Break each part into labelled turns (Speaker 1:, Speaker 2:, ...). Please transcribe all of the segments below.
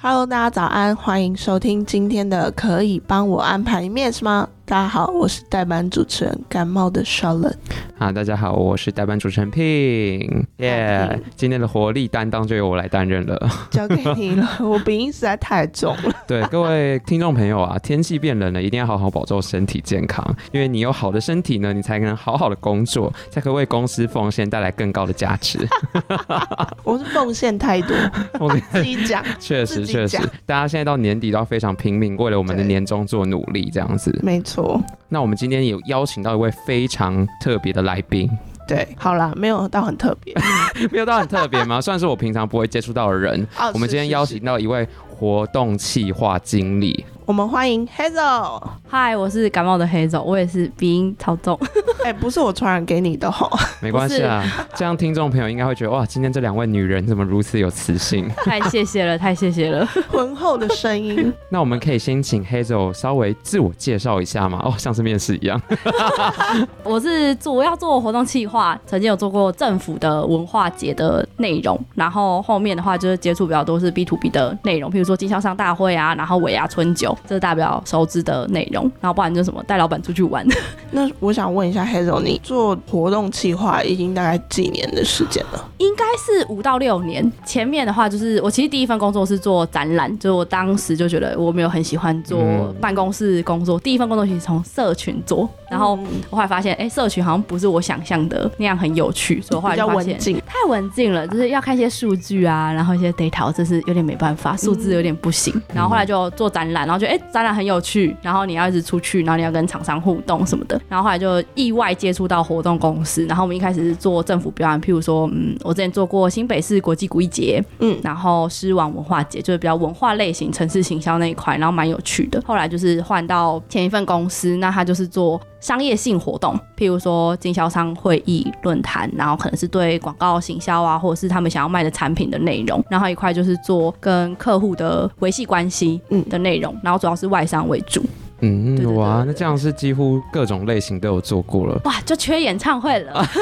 Speaker 1: Hello，大家早安，欢迎收听今天的《可以帮我安排面试吗》。大家好，我是代班主持人感冒的 Charlotte。
Speaker 2: 啊，大家好，我是代班主持人 Pin，耶
Speaker 1: 好，Ping
Speaker 2: 今天的活力担当就由我来担任了。
Speaker 1: 交给你了，我鼻音实在太重了。
Speaker 2: 对各位听众朋 友啊，天气变冷了，一定要好好保重身体健康，因为你有好的身体呢，你才能好好的工作，才可为公司奉献，带来更高的 价值。
Speaker 1: 我是奉献太 多，
Speaker 2: 我觉
Speaker 1: 自
Speaker 2: 得
Speaker 1: 己讲
Speaker 2: 确
Speaker 1: 自
Speaker 2: 实
Speaker 1: 己
Speaker 2: 确实
Speaker 1: 讲，
Speaker 2: 大家现在到年底都要非常拼命，为了我们的
Speaker 1: 对
Speaker 2: 年终做努力，这样子。
Speaker 1: 没错。
Speaker 2: 那我们今天有邀请到一位非常特别的来宾，
Speaker 1: 对，好啦，没有到很特别。
Speaker 2: 没有到很特别吗？ 算是我平常不会接触到的人。
Speaker 1: 哦
Speaker 2: 我们今天邀，
Speaker 1: 是
Speaker 2: 请
Speaker 1: 是
Speaker 2: 到一位活动企划经理，
Speaker 1: 是我们欢迎 Hazel。
Speaker 3: 嗨，我是感冒的黑总，我也是鼻音超重。
Speaker 1: 哎、不是我传染给你的 吼，
Speaker 2: 没关系啊， 这样听众朋友应该会觉得哇，今天这两位女人怎么如此有磁 性？
Speaker 3: 太谢谢了，太谢谢了。
Speaker 1: 浑厚的声音。
Speaker 2: 那我们可以先请 Hazel 稍微自我介绍一下嘛？哦，像是面试 一样。
Speaker 3: 我是主要做活动企划，曾经有做过政府的文化节的内容，然后后面的话就是接触比较多是 B to B 的内容，譬如说经销商大会啊，然后尾牙春酒，这是大家比较熟知的内容。然后不然就是什么带老板出去玩，
Speaker 1: 那我想问一下 Hazel，你做活动企划已经大概几年的时间了？
Speaker 3: 应该是五到六年。前面的话就是我其实第一份工作是做展览，就是我当时就觉得我没有很喜欢做
Speaker 2: 嗯
Speaker 3: 办公室工作，第一份工作其实从社群做，然后
Speaker 1: 嗯
Speaker 3: 我后来发现，哎、社群好像不是我想象的那样很有趣，所以我后
Speaker 1: 比
Speaker 3: 来
Speaker 1: 较
Speaker 3: 就发
Speaker 1: 文
Speaker 3: 现
Speaker 1: 静，
Speaker 3: 太文静了，就是要看一些数据啊，然后一些 data，真是有点没办法，数字有点不行。然后
Speaker 1: 嗯
Speaker 3: 后来就做展览，然后觉得哎、诶展览很有趣，然后你要一直出去，然后你要跟厂商互动什么的。然后后来就意外接触到活动公司，然后我们一开始是做政府标案，譬如说，嗯，我之前做过新北市国际古艺节，
Speaker 1: 嗯，
Speaker 3: 然后狮王文化节就是比较文化类型、城市行销那一块，然后蛮有趣的。后来就是换到前一份公司，那他就是做商业性活动，譬如说经销商会议、论坛，然后可能是对广告行销啊，或者是他们想要卖的产品的内容。然后一块就是做跟客户的维系关系
Speaker 1: 嗯
Speaker 3: 的内容，然后主要是外商为主。
Speaker 2: 嗯，
Speaker 3: 对对对
Speaker 2: 哇，
Speaker 3: 对
Speaker 2: 那这样是几乎各种类型都有做过 了，
Speaker 3: 哇，就缺演唱会了，
Speaker 2: 是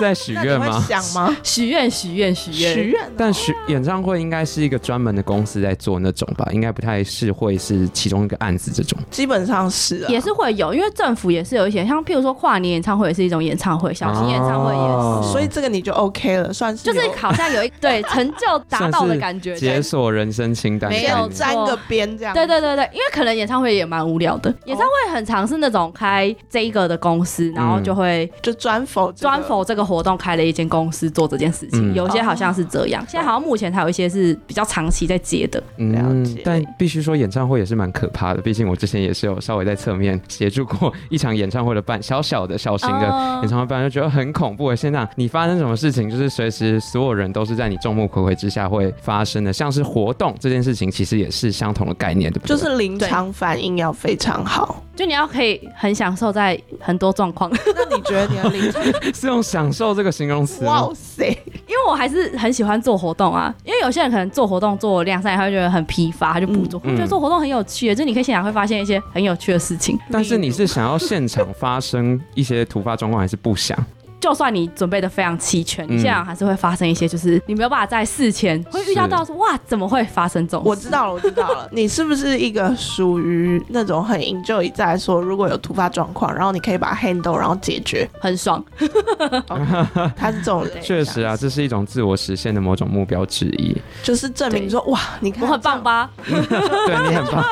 Speaker 2: 在许
Speaker 1: 那你
Speaker 2: 愿
Speaker 1: 会
Speaker 2: 吗？
Speaker 1: 想吗？
Speaker 3: 许愿许愿许
Speaker 1: 许
Speaker 3: 愿。
Speaker 1: 愿哦，
Speaker 2: 但许演唱会应该是一个专门的公司在做那种吧，应该不太是会是其中一个案子这种。
Speaker 1: 基本上是、啊、
Speaker 3: 也是会有，因为政府也是有一些，像譬如说跨年演唱会也是一种演唱会，小型演唱会也是。
Speaker 2: 哦
Speaker 1: 所以这个你就 OK 了，算是
Speaker 3: 就是
Speaker 1: 有
Speaker 3: 好像 有一对成就达到的感觉。
Speaker 2: 解
Speaker 3: 对
Speaker 2: 锁人生清单，
Speaker 3: 没有
Speaker 1: 沾个边这样。
Speaker 3: 对对对对，因为可能演唱会也蛮无聊
Speaker 2: 哦
Speaker 3: 的，演唱会很常是那种开这一个的公司，然后就会
Speaker 1: 就专否这个
Speaker 3: 专否这个活动开了一间公司做这件事情，
Speaker 2: 嗯哦
Speaker 3: 有些好像是这样。现在好像目前还有一些是比较长期在接的，
Speaker 1: 了解
Speaker 2: 嗯但必须说演唱会也是蛮可怕的，毕竟我之前也是有稍微在侧面协助过一场演唱会的办小小的小型的
Speaker 3: 哦
Speaker 2: 演唱会办，就觉得很恐怖的现场。你发生什么事情，就是随时所有人都是在你众目睽睽之下会发生的，像是活动这件事情，其实也是相同的概念，对不对？
Speaker 1: 就是临场反应要非常好。
Speaker 3: 就你要可以很享受在很多状况，
Speaker 1: 那你觉得你的临场？
Speaker 2: 是用享受这个形容 词吗
Speaker 1: 哇？塞，
Speaker 3: 因为我还是很喜欢做活动啊，因为有些人可能做活动做两三年，他会觉得很疲乏，他就不做。
Speaker 2: 嗯
Speaker 3: 我觉得做活动很有趣，就是你可以现场会发现一些很有趣的事情。
Speaker 2: 但是你是想要现场发生一些突发状况，还是 不想？
Speaker 1: 哎
Speaker 3: 就算你准备的非常齐全，
Speaker 2: 嗯
Speaker 3: 你现场还是会发生一些，就是你没有办法在事前会遇到到说哇，怎么会发生这种事？
Speaker 1: 我知道了，我知道了。你是不是一个属于那种很 enjoy 在说，如果有突发状况，然后你可以把它 handle，然后解 决？
Speaker 3: 很爽，
Speaker 1: 他是这种人，
Speaker 3: 对
Speaker 2: 确实啊，这是一种自我实现的某种目标之一。
Speaker 1: 就是证明说，哇，你看
Speaker 3: 我很棒吧？
Speaker 2: 对你很棒，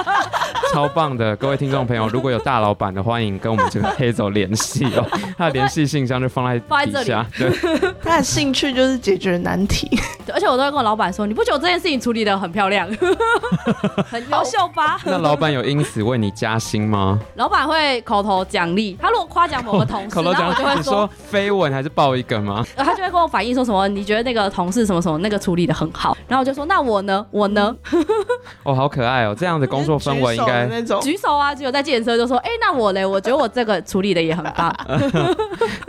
Speaker 2: 超棒的！各位听众朋 友，如果有大老板的，欢迎跟我们这个黑总联系哦，他的联系信箱就放在
Speaker 3: 放在
Speaker 2: 底
Speaker 3: 这里
Speaker 2: 下。对，
Speaker 1: 这样，他的兴趣就是解决难题，
Speaker 3: 对而且我都会跟我老板说，你不觉得我这件事情处理的很漂亮，很优秀吧？
Speaker 2: 那老板有因此为你加薪 吗？
Speaker 3: 老板会口头奖励，他如果夸奖某个同事，
Speaker 2: 口头
Speaker 3: 然后我就
Speaker 2: 讲，
Speaker 3: 会
Speaker 2: 你
Speaker 3: 说呃
Speaker 2: 说，绯闻还是爆一个吗？
Speaker 3: 他就会跟我反映说什么，你觉得那个同事什么什么那个处理的很好，然后我就说那我呢，我呢，
Speaker 2: 哦，好可爱哦！这样的工作氛围应
Speaker 1: 就是举手
Speaker 2: 该
Speaker 1: 的那种。
Speaker 3: 举手啊，只有在计程车就说，哎、那我嘞，我觉得我这个处理的也很棒，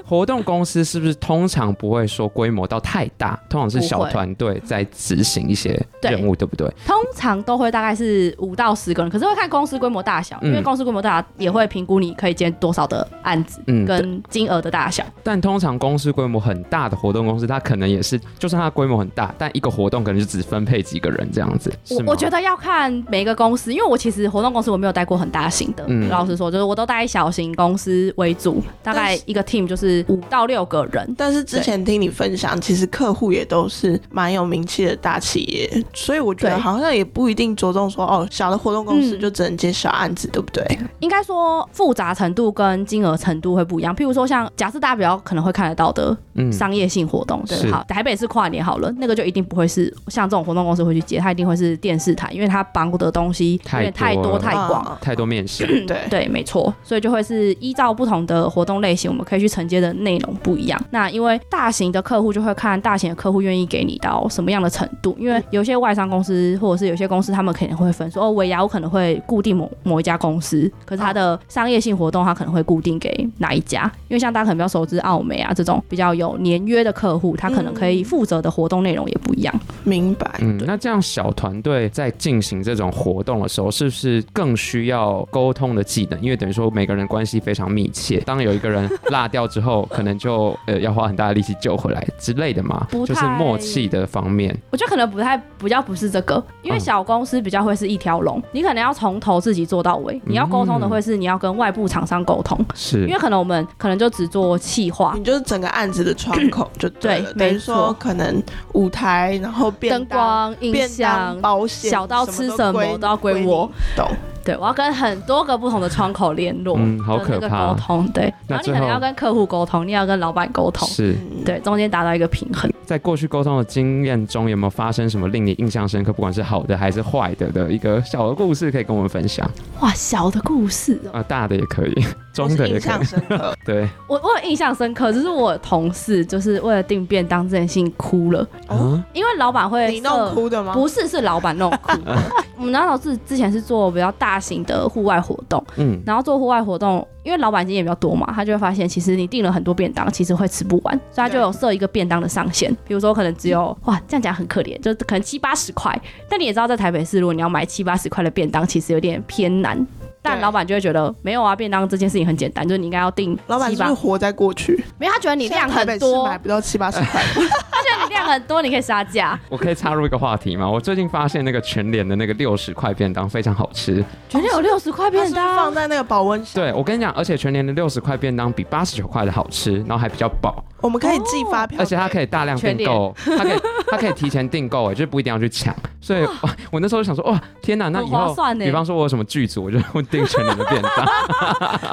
Speaker 2: 活动公公司是不是通常不会说规模到太大，通常是
Speaker 3: 不
Speaker 2: 小
Speaker 3: 会
Speaker 2: 团队在执行一些
Speaker 3: 对
Speaker 2: 任务，对不对？
Speaker 3: 通常都会大概是五到十个人，可是会看公司规模大小，因为
Speaker 2: 嗯
Speaker 3: 公司规模大也会评估你可以接多少的案子
Speaker 2: 嗯，
Speaker 3: 跟金额的大小。
Speaker 2: 但通常公司规模很大的活动公司，它可能也是，就算它规模很大，但一个活动可能就只分配几个人这样子。
Speaker 3: 我我觉
Speaker 2: 得，
Speaker 3: 得要看每个公司，因为我其实活动公司我没有带过很大型的，
Speaker 2: 嗯
Speaker 3: 老实说，就是我都带小型公司为主，大概
Speaker 1: 但
Speaker 2: 嗯
Speaker 1: 是
Speaker 3: 一个 team 就是五到六个人。
Speaker 1: 但是之前听你分享，其实客户也都是蛮有名气的大企业，所以我觉得
Speaker 3: 对
Speaker 1: 好像也不一定着重说哦，小的活动公司
Speaker 3: 嗯
Speaker 1: 就只能接小案子，对不对？
Speaker 3: 应该说复杂程度跟金额程度会不一样。譬如说像假设大家比较可能会看得到的
Speaker 2: 嗯
Speaker 3: 商业性活动，
Speaker 2: 是
Speaker 3: 对，好，台北是跨年好了，那个就一定不会是像这种活动公司会去接，它一定会是电视台，因为它绑的东西有点
Speaker 2: 太
Speaker 3: 太
Speaker 2: 多
Speaker 3: 多
Speaker 2: 了
Speaker 3: 太广。嗯
Speaker 1: 啊
Speaker 2: 太多面试，
Speaker 1: 对。
Speaker 3: 对，没错，所以就会是依照不同的活动类型，我们可以去承接的内容不一样。那因为大型的客户就会看大型的客户愿意给你到什么样的程度，因为有些外商公司或者是有些公司，他们可能会分说，哦，尾牙我可能会固定某某一家公司，可是它的商业性活动它可能会固定给哪一家，因为像大家可能比较熟知澳美啊这种比较有年约的客户，他可能可以负责的活动内容也不一样。
Speaker 1: 明白。
Speaker 2: 嗯，那这样小团队在进行这种活动的时候，是不是更需要沟通的技能？因为等于说每个人关系非常密切，当有一个人落掉之后，可能就呃要花很大的力气救回来之类的嘛，
Speaker 3: 不
Speaker 2: 就是
Speaker 3: 太
Speaker 2: 默契的方面。
Speaker 3: 我觉得可能不太比较不是这个，因为
Speaker 2: 嗯
Speaker 3: 小公司比较会是一条龙，你可能要从头自己做到
Speaker 2: 嗯
Speaker 3: 尾。你要沟通的会是你要跟外部厂商沟通，
Speaker 2: 是
Speaker 3: 因为可能我们可能就只做企划。
Speaker 1: 你就是整个案子的窗口就对了，
Speaker 3: 嗯对
Speaker 1: 等于
Speaker 3: 没
Speaker 1: 说
Speaker 3: 错
Speaker 1: 可能舞台，然后便
Speaker 3: 灯
Speaker 1: 当、
Speaker 3: 光、音
Speaker 1: 便
Speaker 3: 响
Speaker 1: 当、，保险，
Speaker 3: 小到吃什么都要归
Speaker 1: 归
Speaker 3: 我
Speaker 1: 你，懂？
Speaker 3: 对我要跟很多个不同的窗口联络，
Speaker 2: 嗯好可
Speaker 3: 跟那个
Speaker 2: 怕
Speaker 3: 沟通，对，
Speaker 2: 那
Speaker 3: 然后你
Speaker 2: 最
Speaker 3: 可能
Speaker 2: 后
Speaker 3: 要跟客户沟通，你要跟老板沟通，
Speaker 2: 是
Speaker 1: 嗯，
Speaker 3: 对，中间达到一个平衡。
Speaker 2: 在过去沟通的经验中，有没有发生什么令你印象深刻，不管是好的还是坏的的一个小的故事，可以跟我们分享？
Speaker 3: 哇，小的故事哦，
Speaker 2: 啊，大的也可以，
Speaker 1: 我
Speaker 2: 中
Speaker 1: 是
Speaker 2: 的也
Speaker 1: 印
Speaker 2: 可以
Speaker 1: 象。深 刻。
Speaker 2: 对，
Speaker 3: 我我有印象深刻，就是我同事就是为了订便当这件事情哭了，
Speaker 1: 哦
Speaker 2: 啊，
Speaker 3: 因为老板会
Speaker 1: 你弄
Speaker 3: 设
Speaker 1: 哭的吗？
Speaker 3: 不是，是老板弄 哭的。我们那时候是之前是做比较大型的户外活动，
Speaker 2: 嗯，
Speaker 3: 然后做户外活动，因为老板经验比较多嘛，他就会发现其实你订了很多便当，其实会吃不完，所以他就有设一个便当的上限，比如说可能只有哇，这样讲很可怜，就是可能七八十块。但你也知道，在台北市，如果你要买七八十块的便当，其实有点偏难。但
Speaker 1: 对
Speaker 3: 老板就会觉得没有啊，便当这件事情很简单，就是你应该要订
Speaker 1: 老板
Speaker 3: 七
Speaker 1: 是不
Speaker 3: 八
Speaker 1: 是，活在过去？
Speaker 3: 没有他觉得你量
Speaker 1: 现在台北
Speaker 3: 很
Speaker 1: 市
Speaker 3: 多，
Speaker 1: 买不到七八十 块，
Speaker 3: 他觉得你量很多，你可以杀价。
Speaker 2: 我可以插入一个话题吗？我最近发现那个全联的那个六十块便当非常好吃。
Speaker 3: 全家有六十块
Speaker 1: 它是不
Speaker 3: 便
Speaker 1: 是
Speaker 3: 当，
Speaker 1: 放在那个保温箱。
Speaker 2: 对，我跟你讲，而且全联的六十块便当比八十九块的好吃，然后还比较饱，
Speaker 1: 我们可以寄发票，
Speaker 2: 而且它可
Speaker 1: 以。
Speaker 2: 以大量订
Speaker 3: 全
Speaker 2: 购，它可以它可以提前订购，哎，就是不一定要去抢。所以哇我那时候就想说，哇，天哪，那
Speaker 3: 很
Speaker 2: 以
Speaker 3: 划
Speaker 2: 后
Speaker 3: 算呢
Speaker 2: 比方说我有什么剧组，我就订全联的便当。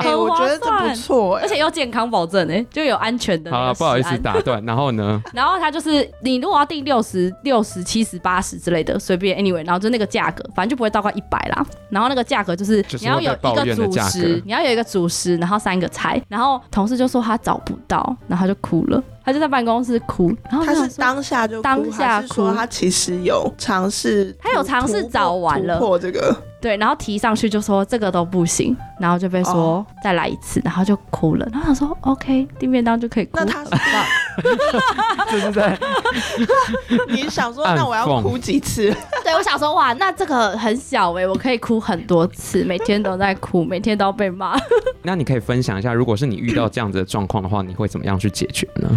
Speaker 1: 哎，我觉得这不错哎
Speaker 3: 而。且要健康保证哎、就有安全的。
Speaker 2: 好啊了，不好意思。打断。然后呢，
Speaker 3: 然后它就是你如果要定六十六十七十八十之类的，随便 anyway，然后就那个价格，反正就不会到快一百啦。然后那个价格就是
Speaker 2: 就是
Speaker 3: 你要有
Speaker 2: 会被抱
Speaker 3: 一
Speaker 2: 怨
Speaker 3: 个
Speaker 2: 的
Speaker 3: 主
Speaker 2: 价格
Speaker 3: 食，你要有一个主食，然后三个菜。然后同事就说他找不到，然后他就哭了，他就在办公室哭。然后
Speaker 1: 他
Speaker 3: 我
Speaker 1: 是
Speaker 3: 想说
Speaker 1: 当下就哭
Speaker 3: 当下
Speaker 1: 还是说
Speaker 3: 哭
Speaker 1: 他其实有尝试突，
Speaker 3: 他有尝试
Speaker 1: 突破
Speaker 3: 找完了
Speaker 1: 突破这 个，
Speaker 3: 对，然后提上去就说这个都不行，然后就被说、
Speaker 1: 哦
Speaker 3: 再来一次，然后就哭了。然后他说 OK，订便当就可以哭。
Speaker 1: 那他是
Speaker 3: 哇
Speaker 2: 这是在
Speaker 1: 你想说，
Speaker 2: 暗讽
Speaker 1: 那我要哭几次？
Speaker 3: 对，我想说，哇，那这个很小哎、我可以哭很多次，每天都在哭， 每天都要被骂。
Speaker 2: 那你可以分享一下，如果是你遇到这样子的状况的话，你会怎么样去解决呢？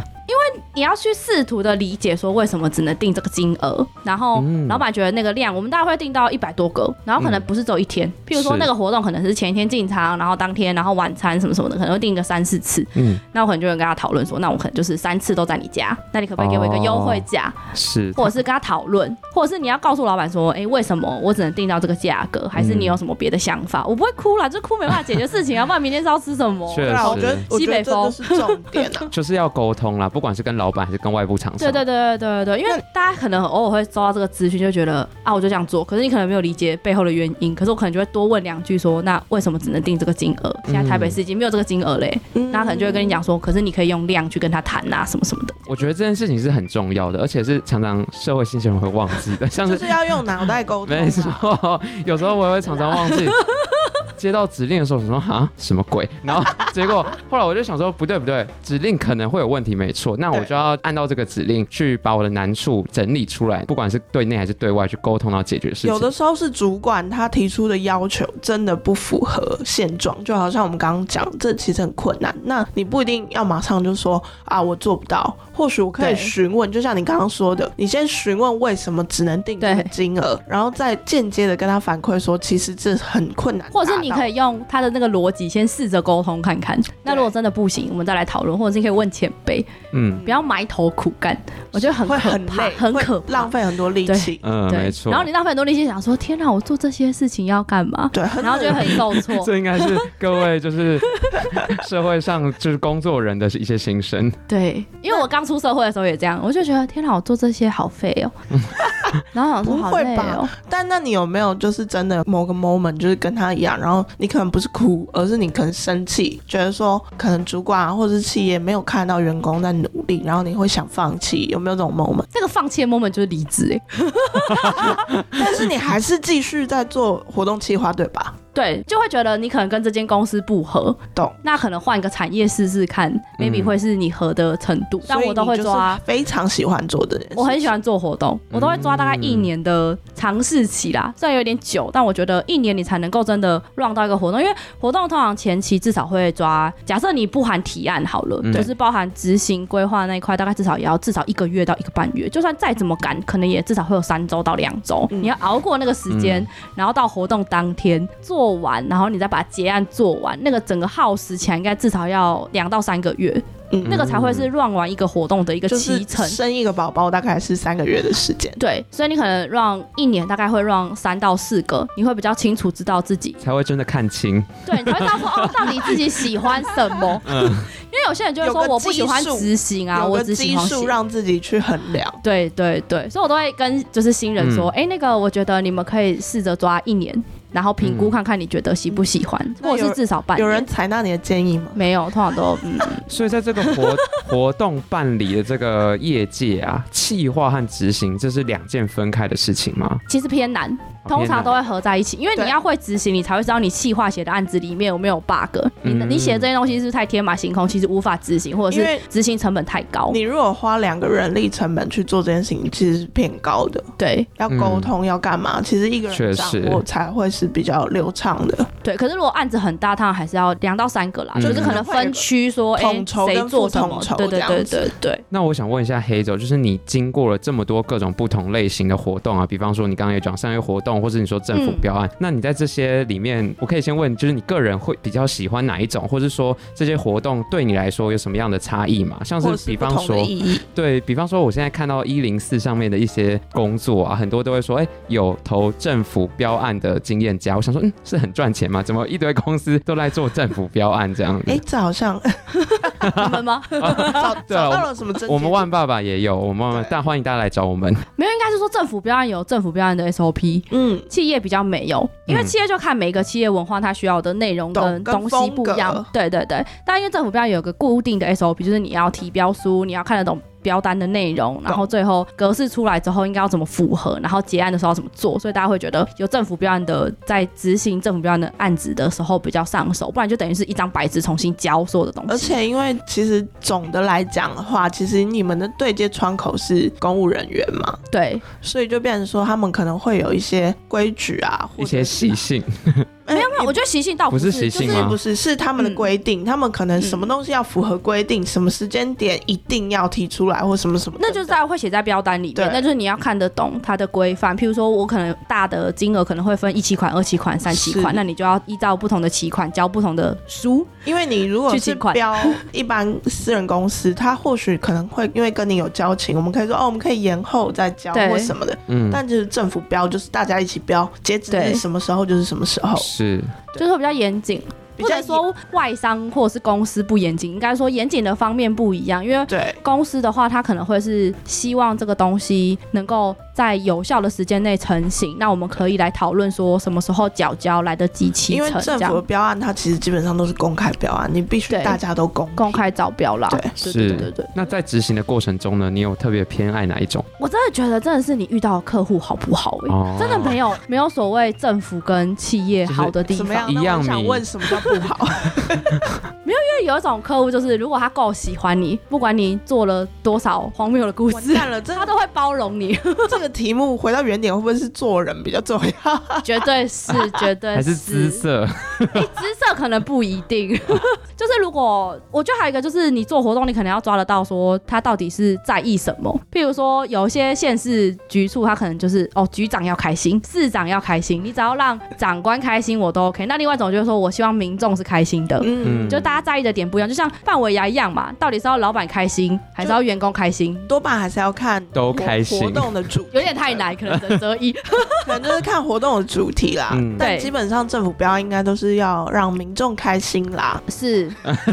Speaker 3: 你要去试图的理解说为什么只能定这个金额，然后
Speaker 2: 嗯
Speaker 3: 老板觉得那个量，我们大概会定到一百多个，然后可能
Speaker 2: 嗯
Speaker 3: 不是只有一天，譬如说
Speaker 2: 是
Speaker 3: 那个活动可能是前一天进场，然后当天，然后晚餐什么什么的，可能会定个三四次，
Speaker 2: 嗯，
Speaker 3: 那我可能就会跟他讨论说，那我可能就是三次都在你家，那你可不可以给我一个
Speaker 2: 哦
Speaker 3: 优惠价？
Speaker 2: 是
Speaker 3: 或者是跟他讨论，或者是你要告诉老板说，哎、为什么我只能定到这个价格？还是你有什么别的想法？我不会哭啦，就哭没办法解决事情啊，不然明天是要吃什么？
Speaker 2: 确
Speaker 1: 对啊，我觉得
Speaker 2: 实，。
Speaker 1: 我觉得
Speaker 3: 西北
Speaker 1: 这就
Speaker 3: 风
Speaker 1: 是重点啊
Speaker 2: 就是要沟通啦，不管是跟老板还是跟外部厂商。
Speaker 3: 对对对对对对，因为大家可能偶尔会收到这个资讯，就觉得啊，我就这样做，可是你可能没有理解背后的原因，可是我可能就会多问两句说那为什么只能定这个金额？现在台北市已经没有这个金额嘞、欸
Speaker 1: 嗯
Speaker 3: 那他可能就会跟你讲说，可是你可以用量去跟他谈呐、什么什么的。
Speaker 2: 我觉得这件事情是很重要的，而且是常常社会新鲜人会忘记的，像
Speaker 1: 嗯就是是要用脑袋沟通
Speaker 2: 没
Speaker 1: 啊。
Speaker 2: 错，有时候我也会常常忘记。接到指令的时候，我想说啊什么鬼？然后结果后来我就想说不对不对，指令可能会有问题，没错，那我
Speaker 1: 对
Speaker 2: 就要按照这个指令去把我的难处整理出来，不管是对内还是对外去沟通到解决事情。
Speaker 1: 有的时候是主管他提出的要求真的不符合现状，就好像我们刚刚讲，这其实很困难。那你不一定要马上就说啊，我做不到，或许我可以
Speaker 3: 对
Speaker 1: 询问，就像你刚刚说的，你先询问为什么只能定这个
Speaker 3: 对
Speaker 1: 金额，然后再间接的跟他反馈说，其实这很困难达到，
Speaker 3: 或者是你可
Speaker 1: 以
Speaker 3: 以用他的那个逻辑先试着沟通看看。那如果真的不行，我们再来讨论，或者是你可以问前辈，
Speaker 2: 嗯
Speaker 3: 不要埋头苦干，我觉得很
Speaker 1: 会
Speaker 3: 可怕，
Speaker 1: 很累，
Speaker 3: 很
Speaker 1: 会
Speaker 3: 可怕，
Speaker 1: 浪费很多力
Speaker 3: 对
Speaker 1: 气，
Speaker 2: 嗯、
Speaker 3: 对，
Speaker 2: 没错。
Speaker 3: 然后你浪费很多力气想说，天哪，我做这些事情要干嘛？
Speaker 1: 对，很
Speaker 3: 然后就会很受挫。
Speaker 2: 这应该是各位就是社会上就是工作人的一些心声。
Speaker 3: 对，因为我刚出社会的时候也这样，我就觉得天哪，我做这些好废 哦。然后想说
Speaker 1: 不
Speaker 3: 好
Speaker 1: 会
Speaker 3: 累
Speaker 1: 吧
Speaker 3: 哦，
Speaker 1: 但那你有没有就是真的某个 moment 就是跟他一样，然后你可能不是哭，而是你可能生气，觉得说可能主管啊或者是企业没有看到员工在努力，然后你会想放弃，有没有这种 moment？
Speaker 3: 这个放弃的 moment 就是离职哎。
Speaker 1: 但是你还是继续在做活动计划，对吧？
Speaker 3: 对，就会觉得你可能跟这间公司不合，
Speaker 1: 懂。
Speaker 3: 那可能换一个产业试试看
Speaker 2: 嗯
Speaker 3: ，maybe 会是你合的程度。但我都会啊抓，，
Speaker 1: 非常喜欢做的人，嗯
Speaker 3: 我很喜欢做活动，我都会抓大概一年的尝试期啦。虽然有点久，但我觉得一年你才能够真的 run 到一个活动，因为活动通常前期至少会抓，假设你不含提案好了，
Speaker 2: 嗯
Speaker 3: 就是包含执行规划那一块，大概至少也要至少一个月到一个半月。就算再怎么赶，可能也至少会有三周到两周，
Speaker 1: 嗯
Speaker 3: 你要熬过那个时间，然后到活动当天做完，然后你再把结案做完，那个整个耗时起来应该至少要两到三个月，
Speaker 1: 嗯
Speaker 3: 那个才会是 run 完一个活动的一个
Speaker 1: 就是
Speaker 3: 期程。
Speaker 1: 生一个宝宝大概是三个月的时间。
Speaker 3: 对，所以你可能让一年大概会让三到四个，你会比较清楚知道自己，
Speaker 2: 才会真的看 清，
Speaker 3: 对，你才会知道说 哦，到底自己喜欢什么。
Speaker 2: 嗯
Speaker 3: 因为有些人就会
Speaker 1: 有
Speaker 3: 说
Speaker 1: 个
Speaker 3: 我不喜欢
Speaker 1: 基数
Speaker 3: 执行啊，
Speaker 1: 有
Speaker 3: 我
Speaker 1: 个
Speaker 3: 只喜
Speaker 1: 基
Speaker 3: 欢
Speaker 1: 数
Speaker 3: 写
Speaker 1: 让自己去衡量，
Speaker 3: 对对对，所以我都会跟就是新人说，哎、那个我觉得你们可以试着抓一年，然后评估
Speaker 2: 嗯
Speaker 3: 看看你觉得喜不喜欢，
Speaker 1: 那
Speaker 3: 或者
Speaker 1: 有
Speaker 3: 是至少半年。
Speaker 1: 有人采纳你的建议吗？
Speaker 3: 没有，通常都嗯，
Speaker 2: 所以在这个活活动办理的这个业界啊，企划和执行这是两件分开的事情吗？
Speaker 3: 其实偏难，
Speaker 2: 哦
Speaker 3: 通常都会合在一起，因为
Speaker 1: 对
Speaker 3: 你要会执行，你才会知道你企划写的案子里面有没有 bug 你。你
Speaker 2: 嗯
Speaker 3: 写这些东西是不是太天马行空，其实无法执行，或者
Speaker 1: 因为
Speaker 3: 是执行成本太高。
Speaker 1: 你如果花两个人力成本去做这件事情，其实是偏高的。
Speaker 3: 对
Speaker 1: 要沟通、要干嘛，其实一个人
Speaker 2: 嗯确
Speaker 1: 掌
Speaker 2: 实
Speaker 1: 握才会是比较流畅的。
Speaker 3: 对，可是如果案子很大，当然还是要两到三个啦，
Speaker 2: 嗯
Speaker 3: 就是可能分区说，哎、
Speaker 1: 统筹跟
Speaker 3: 谁做什么
Speaker 1: 副统筹？
Speaker 3: 对对
Speaker 1: 这样
Speaker 3: 对
Speaker 1: 子
Speaker 3: 对对。
Speaker 2: 那我想问一下黑总，就是你经过了这么多各种不同类型的活动啊，比方说你刚刚也讲商业活动，或是你说政府
Speaker 3: 嗯
Speaker 2: 标案，那你在这些里面，我可以先问，就是你个人会比较喜欢哪一种，或是说这些活动对你来说有什么样的差异吗？像
Speaker 1: 或者
Speaker 2: 是
Speaker 1: 是
Speaker 2: 比
Speaker 1: 不
Speaker 2: 方
Speaker 1: 同
Speaker 2: 说
Speaker 1: 的，意义，
Speaker 2: 对比方说，我现在看到一零四上面的一些工作啊，很多都会说，哎、有投政府标案的经验家。我想说，嗯，是很赚钱吗？怎么一堆公司都来做政府标案这样子？
Speaker 1: 哎、这好像
Speaker 3: 你们吗？
Speaker 1: 找
Speaker 2: 对啊
Speaker 1: 找到了什么症结
Speaker 2: 我们万爸爸也有，我们万爸
Speaker 1: 对
Speaker 2: 但欢迎大家来找我们。
Speaker 3: 没有，应该是说政府标案有政府标案的 SOP，
Speaker 1: 嗯，
Speaker 3: 企业比较没有，因为
Speaker 2: 嗯
Speaker 3: 企业就看每个企业文化它需要的内容
Speaker 1: 懂
Speaker 3: 跟
Speaker 1: 跟
Speaker 3: 东西不一
Speaker 1: 风
Speaker 3: 样
Speaker 1: 格。
Speaker 3: 对对对，但因为政府标有个固定的 SOP，就是你要提标书，你要看得懂。标单的内容，然后最后格式出来之后应该要怎么符合，然后结案的时候要怎么做，所以大家会觉得有政府标案的在执行政府标案的案子的时候比较上手，不然就等于是一张白纸重新交所有的东西。
Speaker 1: 而且因为其实总的来讲的话，其实你们的对接窗口是公务人员嘛，
Speaker 3: 对，
Speaker 1: 所以就变成说他们可能会有一些规矩啊，或
Speaker 2: 一
Speaker 1: 者
Speaker 2: 些习性，
Speaker 1: 没
Speaker 3: 没有没有，我觉得习性倒
Speaker 2: 不是习
Speaker 3: 是就是
Speaker 2: 性
Speaker 1: 是
Speaker 2: 吗
Speaker 1: 不是是他们的规定，他们可能什么
Speaker 3: 嗯
Speaker 1: 东西要符合规定，什么时间点一定要提出来，或什么什么等等，
Speaker 3: 那就是在会写在标单里
Speaker 1: 对
Speaker 3: 面，那就是你要看得懂它的规范。譬如说，我可能大的金额可能会分一期款、二期款、三期款
Speaker 1: 是，
Speaker 3: 那你就要依照不同的期款交不同的书。
Speaker 1: 因为你如果
Speaker 3: 去
Speaker 1: 是
Speaker 3: 请款
Speaker 1: 标一般私人公司，他或许可能会因为跟你有交情，我们可以说哦，我们可以延后再交
Speaker 3: 对
Speaker 1: 或什么的。
Speaker 2: 嗯，
Speaker 1: 但就是政府标，就是大家一起标，截止日
Speaker 3: 对
Speaker 1: 什么时候就是什么时候，
Speaker 2: 是
Speaker 3: 就是会比较严谨，
Speaker 1: 比
Speaker 3: 不
Speaker 1: 较
Speaker 3: 能说外商或是公司不严谨，应该说严谨的方面不一样，因为
Speaker 1: 对
Speaker 3: 公司的话，它可能会是希望这个东西能够在有效的时间内成型，那我们可以来讨论说什么时候缴交来得及启
Speaker 1: 因为
Speaker 3: 程，
Speaker 1: 政
Speaker 3: 这
Speaker 1: 府的
Speaker 3: 样
Speaker 1: 标案它其实基本上都是公开标案，你必须
Speaker 3: 对
Speaker 1: 大家都公
Speaker 3: 公开招标啦。
Speaker 1: 对
Speaker 3: 对
Speaker 2: 是
Speaker 3: 对对对，
Speaker 2: 那在执行的过程中呢，你有特别偏爱哪一种？
Speaker 3: 我真的觉得真的是你遇到的客户好不好、欸？
Speaker 2: 哦
Speaker 3: 真的没有没有所谓政府跟企业
Speaker 2: 就是
Speaker 3: 好的地
Speaker 1: 什
Speaker 3: 方，
Speaker 1: 么样？
Speaker 2: 一
Speaker 1: 那
Speaker 2: 样
Speaker 1: 我想
Speaker 2: 名
Speaker 1: 问什么叫不 好？
Speaker 3: 因为有一种客户就是如果他够喜欢你，不管你做了多少荒谬的故
Speaker 1: 完
Speaker 3: 事，
Speaker 1: 蛋了，这
Speaker 3: 他都会包容你，
Speaker 1: 这个题目回到原点，会不会是做人比较重要？
Speaker 3: 绝对是绝对
Speaker 2: 哦还是姿色？
Speaker 3: 哎、姿色可能不一定， 就是如果我觉得还有一个就是你做活动，你可能要抓得到说他到底是在意什么。譬如说有一些县市局处，他可能就是哦局长要开心，市长要开心，你只要让长官开心我都 OK。那另外一种就是说我希望民众是开心的。
Speaker 1: 嗯，
Speaker 2: 嗯
Speaker 3: 就大家在意的点不一样，就像范围牙一样嘛，到底是要老板开心还是要员工开心，
Speaker 1: 多半还是要看
Speaker 2: 都
Speaker 1: 活
Speaker 2: 开心
Speaker 1: 活动的主题，
Speaker 3: 有点太难，可能只择一。
Speaker 1: 可能就是看活动的主题啦。
Speaker 2: 嗯
Speaker 1: 但
Speaker 3: 对
Speaker 1: 基本上政府标应该都是要让民众开心啦。
Speaker 3: 是，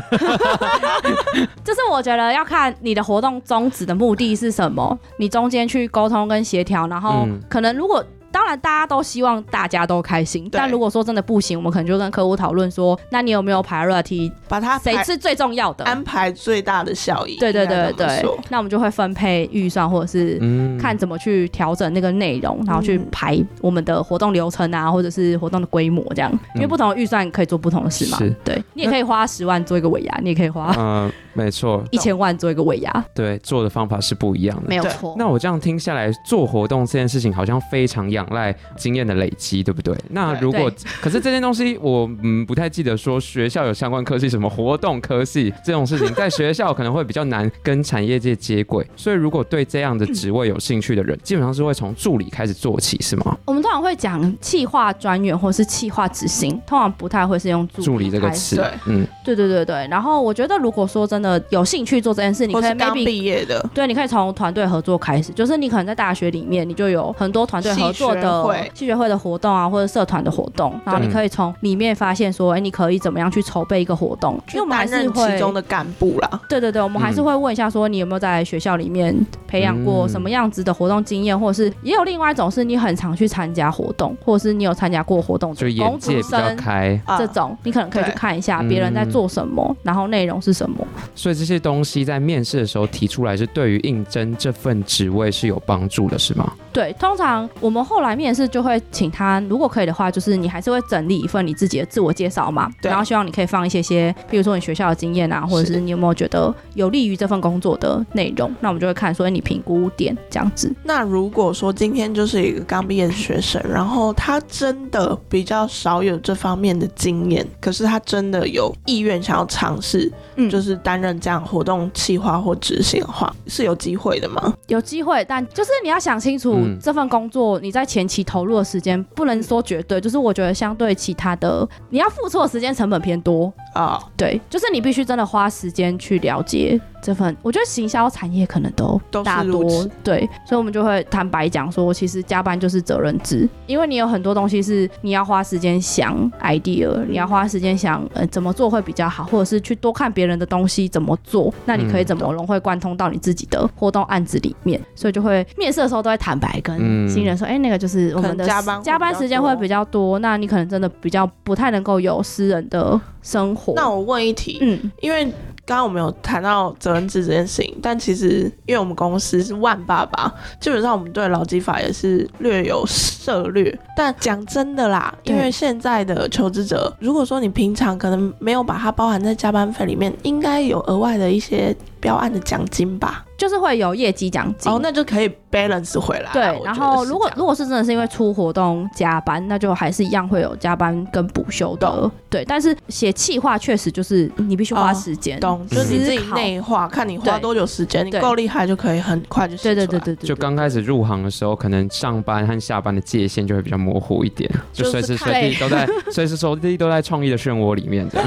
Speaker 3: 就是我觉得要看你的活动宗旨的目的是什么，你中间去沟通跟协调，然后
Speaker 2: 嗯
Speaker 3: 可能如果。当然，大家都希望大家都开心，
Speaker 1: 对
Speaker 3: 但如果说真的不行，我们可能就跟客户讨论说，那你有没有 priority，
Speaker 1: 把它
Speaker 3: 谁
Speaker 1: 排
Speaker 3: 是最重要的？
Speaker 1: 安排最大的效益？
Speaker 3: 对对
Speaker 1: 应该
Speaker 3: 对
Speaker 1: 这么
Speaker 3: 对
Speaker 1: 说，
Speaker 3: 那我们就会分配预算，或者是
Speaker 2: 嗯
Speaker 3: 看怎么去调整那个内容，然后去
Speaker 1: 嗯
Speaker 3: 排我们的活动流程啊，或者是活动的规模这样，因为
Speaker 2: 嗯
Speaker 3: 不同的预算可以做不同的事嘛
Speaker 2: 是。
Speaker 3: 对，你也可以花十万做一个尾牙，你也可以花
Speaker 2: 嗯，没错，
Speaker 3: 一千万做一个尾牙，
Speaker 2: 对，做的方法是不一样的。
Speaker 3: 没有
Speaker 1: 对
Speaker 3: 错。
Speaker 2: 那我这样听下来，做活动这件事情好像非常仰赖经验的累积，对不对？那
Speaker 1: 对
Speaker 2: 如果
Speaker 3: 对
Speaker 2: 可是这件东西我，嗯不太记得说学校有相关科系，什么活动科系这种事情，在学校可能会比较难跟产业界接 轨。所以，如果对这样的职位有兴趣的人，基本上是会从助理开始做起，是吗？
Speaker 3: 我们通常会讲企划专员或是企划执行，通常不太会是用助
Speaker 2: 助理这个
Speaker 3: 开
Speaker 2: 词
Speaker 3: 始
Speaker 1: 对，
Speaker 2: 嗯，
Speaker 3: 对对对对。然后我觉得，如果说真的有兴趣做这件事，你
Speaker 1: 或
Speaker 3: 可以
Speaker 1: 是刚
Speaker 3: maybe
Speaker 1: 毕业的，
Speaker 3: 对，你可以从团队合作开始，就是你可能在大学里面，你就有很多团队合
Speaker 1: 系
Speaker 3: 作
Speaker 1: 学
Speaker 3: 的
Speaker 1: 会
Speaker 3: 戏学会的活动啊，或者社团的活动，然后
Speaker 2: 对
Speaker 3: 你可以从里面发现说，哎，你可以怎么样去筹备一个活动，因为我们还
Speaker 1: 担
Speaker 3: 是
Speaker 1: 任
Speaker 3: 会
Speaker 1: 其中的干部啦。
Speaker 3: 对对对，我们还是
Speaker 2: 嗯
Speaker 3: 会问一下，说你有没有在学校里面培养过
Speaker 2: 嗯
Speaker 3: 什么样子的活动经验，或者是也有另外一种是你很常去参加活动，或者是你有参加过活动，
Speaker 2: 就眼
Speaker 3: 公
Speaker 2: 界
Speaker 3: 主
Speaker 2: 比较嗯
Speaker 3: 生。
Speaker 2: 开，
Speaker 1: 啊
Speaker 3: 这种你可能可以去
Speaker 1: 对
Speaker 3: 看一下别人在做什么，然后内容是什么。
Speaker 2: 所以这些东西在面试的时候提出来，是对于应征这份职位是有帮助的，是吗？
Speaker 3: 对，通常我们后来面试就会请他，如果可以的话，就是你还是会整理一份你自己的自我介绍嘛，
Speaker 1: 对
Speaker 3: 然后希望你可以放一些些，比如说你学校的经验啊，或者是你有没有觉得有利于这份工作的内容，那我们就会看说哎你评估点这样子。
Speaker 1: 那如果说今天就是一个刚毕业的学生，然后他真的比较少有这方面的经验，可是他真的有意愿想要尝试，
Speaker 3: 嗯
Speaker 1: 就是担任这样活动企划或执行的话，是有机会的吗？
Speaker 3: 有机会，但就是你要想清楚、
Speaker 2: 嗯
Speaker 3: 这份工作你在前期投入的时间，不能说绝对，就是我觉得相对其他的，你要付出的时间成本偏多。
Speaker 1: 啊、
Speaker 3: 对，就是你必须真的花时间去了解这份，我觉得行销产业可能都
Speaker 1: 都是
Speaker 3: 大
Speaker 1: 如
Speaker 3: 多
Speaker 1: 此
Speaker 3: 对，所以我们就会坦白讲说，其实加班就是责任制，因为你有很多东西是你要花时间想 idea，
Speaker 1: 嗯
Speaker 3: 你要花时间想呃怎么做会比较好，或者是去多看别人的东西怎么做，那你可以
Speaker 2: 嗯
Speaker 3: 怎么融会贯通到你自己的活动案子里面，所以就会面试的时候都会坦白
Speaker 2: 嗯
Speaker 3: 跟新人说，哎、那个就是我们
Speaker 1: 可
Speaker 3: 的
Speaker 1: 能加班会比较
Speaker 3: 加班时间会比较多，那你可能真的比较不太能够有私人的生活。
Speaker 1: 那我问一题，
Speaker 3: 嗯，
Speaker 1: 因为刚刚我们有谈到责任制这件事情，但其实因为我们公司是万爸爸，基本上我们对劳基法也是略有涉略。但讲真的啦，
Speaker 3: 对
Speaker 1: 因为现在的求职者，如果说你平常可能没有把它包含在加班费里面，应该有额外的一些标案的奖金吧？
Speaker 3: 就是会有业绩奖金。
Speaker 1: 哦，那就可以 balance 回来啦。
Speaker 3: 对
Speaker 1: 我觉，得
Speaker 3: 然后
Speaker 1: 是
Speaker 3: 如果
Speaker 1: 这样
Speaker 3: 如果是真的是因为出活动加班，那就还是一样会有加班跟补休的
Speaker 1: 懂。
Speaker 3: 对，但是写企划确实就是你必须花
Speaker 1: 哦
Speaker 3: 时间。
Speaker 1: 懂，就是你自己
Speaker 3: 思考
Speaker 1: 内化，看你花
Speaker 3: 对
Speaker 1: 多久时间，你
Speaker 3: 对
Speaker 1: 够厉害就可以很快就
Speaker 3: 对
Speaker 1: 写
Speaker 3: 对
Speaker 1: 出
Speaker 3: 对
Speaker 1: 来。
Speaker 3: 对对，
Speaker 2: 就
Speaker 3: 对
Speaker 2: 刚开始入行的时候，可能上班和下班的界限就会比较模糊一 点，
Speaker 1: 就
Speaker 2: 就
Speaker 1: 是
Speaker 2: 随时随地都在 随时随地都在创意的漩涡里面 这样。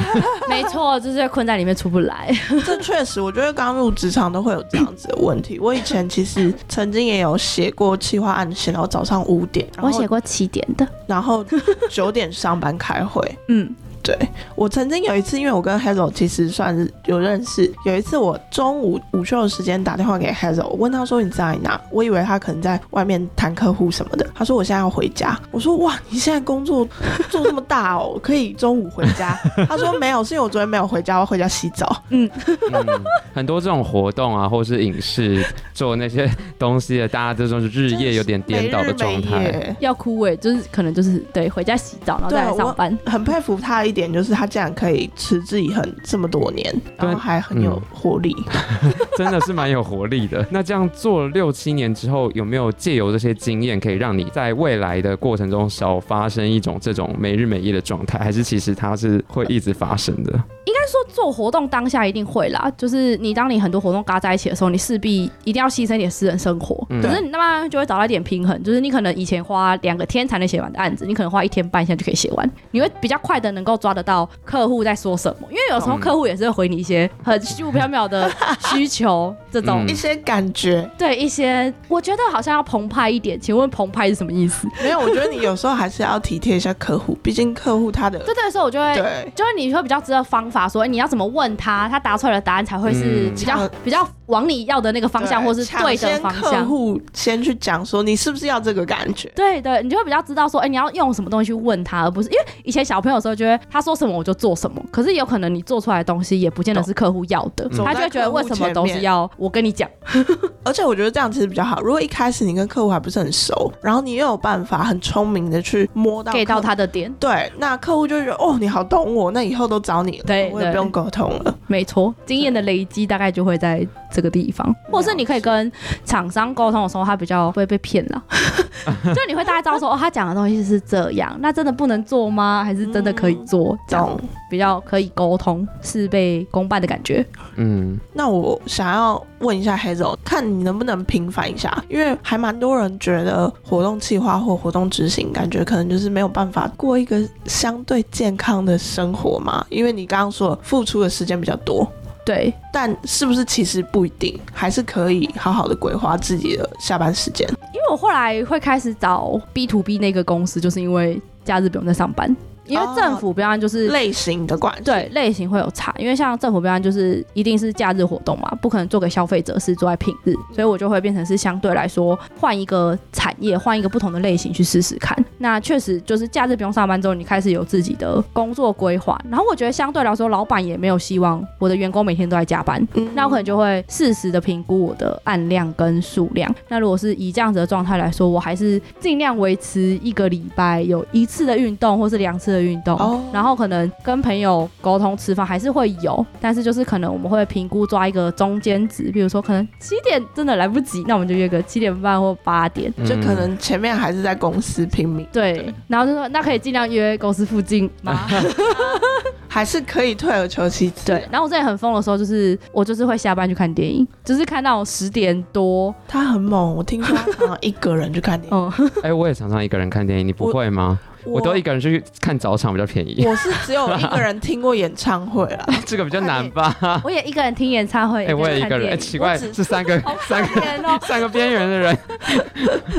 Speaker 3: 没错，就是会困在里面出不来。
Speaker 1: 这确实，我觉得刚入职场都会有这样子的问题。我以前其实曾经也有写过企划案，写到早上五点，然
Speaker 3: 我写
Speaker 1: 后
Speaker 3: 过七点的，
Speaker 1: 然后九点上班开会，
Speaker 3: 嗯，
Speaker 1: 对我曾经有一次，因为我跟 Hazel 其实算是有认识，有一次我中午午休的时间打电话给 Hazel，我问他说你在哪？我以为他可能在外面谈客户什么的，他说我现在要回家。我说哇，你现在工作做这么大哦，可以中午回家？他说没有，是因为我昨天没有回家，我要回家洗澡。
Speaker 2: 嗯，很多这种活动啊，或是影视做那些东西的，大家这种是日夜有点 颠倒的状
Speaker 1: 没日
Speaker 2: 态
Speaker 1: 没。夜
Speaker 3: 要枯萎，就是可能就是对回家洗澡，然后再来
Speaker 1: 对
Speaker 3: 上班。
Speaker 1: 很佩服他的一点就是他竟然可以持之以恒这么多年，然后还很有
Speaker 2: 嗯
Speaker 1: 活力。
Speaker 2: 真的是蛮有活力的。 那这样做了六七年之后，有没有借由这些经验，可以让你在未来的过程中少发生一种这种没日没夜的状态？还是其实它是会一直发生的？
Speaker 3: 做活动当下一定会啦，就是你当你很多活动嘎在一起的时候，你势必一定要牺牲你的私人生活，
Speaker 2: 嗯
Speaker 3: 可是你那么就会找到一点平衡，就是你可能以前花两个天才能写完的案子，你可能花一天半现在就可以写完，你会比较快的能够抓得到客户在说什么，因为有时候
Speaker 2: 嗯
Speaker 3: 客户也是会回你一些很虚无缥缈的需求，这种、
Speaker 2: 嗯
Speaker 1: 一些感觉
Speaker 3: 对一些我觉得好像要澎湃一点，请问澎湃是什么意思？
Speaker 1: 没有，我觉得你有时候还是要体贴一下客户，毕竟客户他的
Speaker 3: 就这个时候我就会
Speaker 1: 对
Speaker 3: 就是你会比较知道方法，说你要怎么问他，他答出来的答案才会是
Speaker 2: 嗯
Speaker 3: 比较、
Speaker 1: 抢
Speaker 3: 比较往你要的那个方向，或是对的方
Speaker 1: 抢先客
Speaker 3: 向。
Speaker 1: 户先去讲说你是不是要这个感觉，
Speaker 3: 对的，你就会比较知道说，哎、你要用什么东西去问他，而不是因为以前小朋友的时候，就会他说什么我就做什么，可是有可能你做出来的东西也不见得是客户要的，
Speaker 1: 懂
Speaker 3: 他就会觉得为什么东西要我跟你讲，
Speaker 1: 而且我觉得这样其实比较好。如果一开始你跟客户还不是很熟，然后你又有办法很聪明的去摸到
Speaker 3: get 到
Speaker 1: 客户，
Speaker 3: 他的点，
Speaker 1: 对，那客户就觉得哦你好懂我，那以后都找你了，
Speaker 3: 对
Speaker 1: 我也
Speaker 3: 对
Speaker 1: 不用沟通了。
Speaker 3: 没错，经验的累积大概就会在这个地方，或者是你可以跟厂商沟通的时候，他比较不会被骗了，就你会大概知道说，哦，他讲的东西是这样，那真的不能做吗？还是真的可以做？这样
Speaker 1: 懂。
Speaker 3: 比较可以沟通，事倍功半的感觉。
Speaker 2: 嗯，
Speaker 1: 那我想要问一下 Hazel，看你能不能平反一下，因为还蛮多人觉得活动计划或活动执行，感觉可能就是没有办法过一个相对健康的生活嘛，因为你刚刚说付出的时间比较多。
Speaker 3: 对，
Speaker 1: 但是不是其实不一定，还是可以好好的规划自己的下班时间。
Speaker 3: 因为我后来会开始找 B to B 那个公司，就是因为假日不用再上班，因为政府标案就是、
Speaker 1: 哦类型的管
Speaker 3: 对类型会有差，因为像政府标案就是一定是假日活动嘛，不可能做给消费者是做在平日，所以我就会变成是相对来说换一个产业，换一个不同的类型去试试看。那确实就是假日不用上班之后，你开始有自己的工作规划，然后我觉得相对来说，老板也没有希望我的员工每天都在加班，
Speaker 1: 嗯
Speaker 3: 那我可能就会适时的评估我的案量跟数量。那如果是以这样子的状态来说，我还是尽量维持一个礼拜有一次的运动或是两次的运动。
Speaker 1: 哦
Speaker 3: 然后可能跟朋友沟通吃饭还是会有，但是就是可能我们会评估抓一个中间值，比如说可能七点真的来不及，那我们就约个七点半或八点。
Speaker 1: 就可
Speaker 2: 嗯
Speaker 1: 能前面还是在公司拼命，
Speaker 3: 对，然后就说那可以尽量约公司附近吗？
Speaker 1: 还是可以退而求其次。
Speaker 3: 对，，然后我之前很疯的时候，就是我就是会下班去看电影，就是看到十点多，
Speaker 1: 他很猛，我听说他常常一个人去看电影。
Speaker 3: 嗯，
Speaker 2: 哎、我也常常一个人看电影，你不
Speaker 1: 我
Speaker 2: 会吗？ 我都一
Speaker 1: 我
Speaker 2: 个人去看早场比较 便宜，
Speaker 1: 我是只有一个人听过演唱会啊啦，
Speaker 2: 这个比较难吧？
Speaker 3: 我也一个人听演唱会，
Speaker 2: 哎、我也一
Speaker 3: 看
Speaker 2: 个人，哎、
Speaker 3: 电影
Speaker 2: 奇怪，是三个
Speaker 3: 好
Speaker 2: 三
Speaker 3: 可
Speaker 2: 个
Speaker 3: 怜哦。
Speaker 2: 三个边缘的人，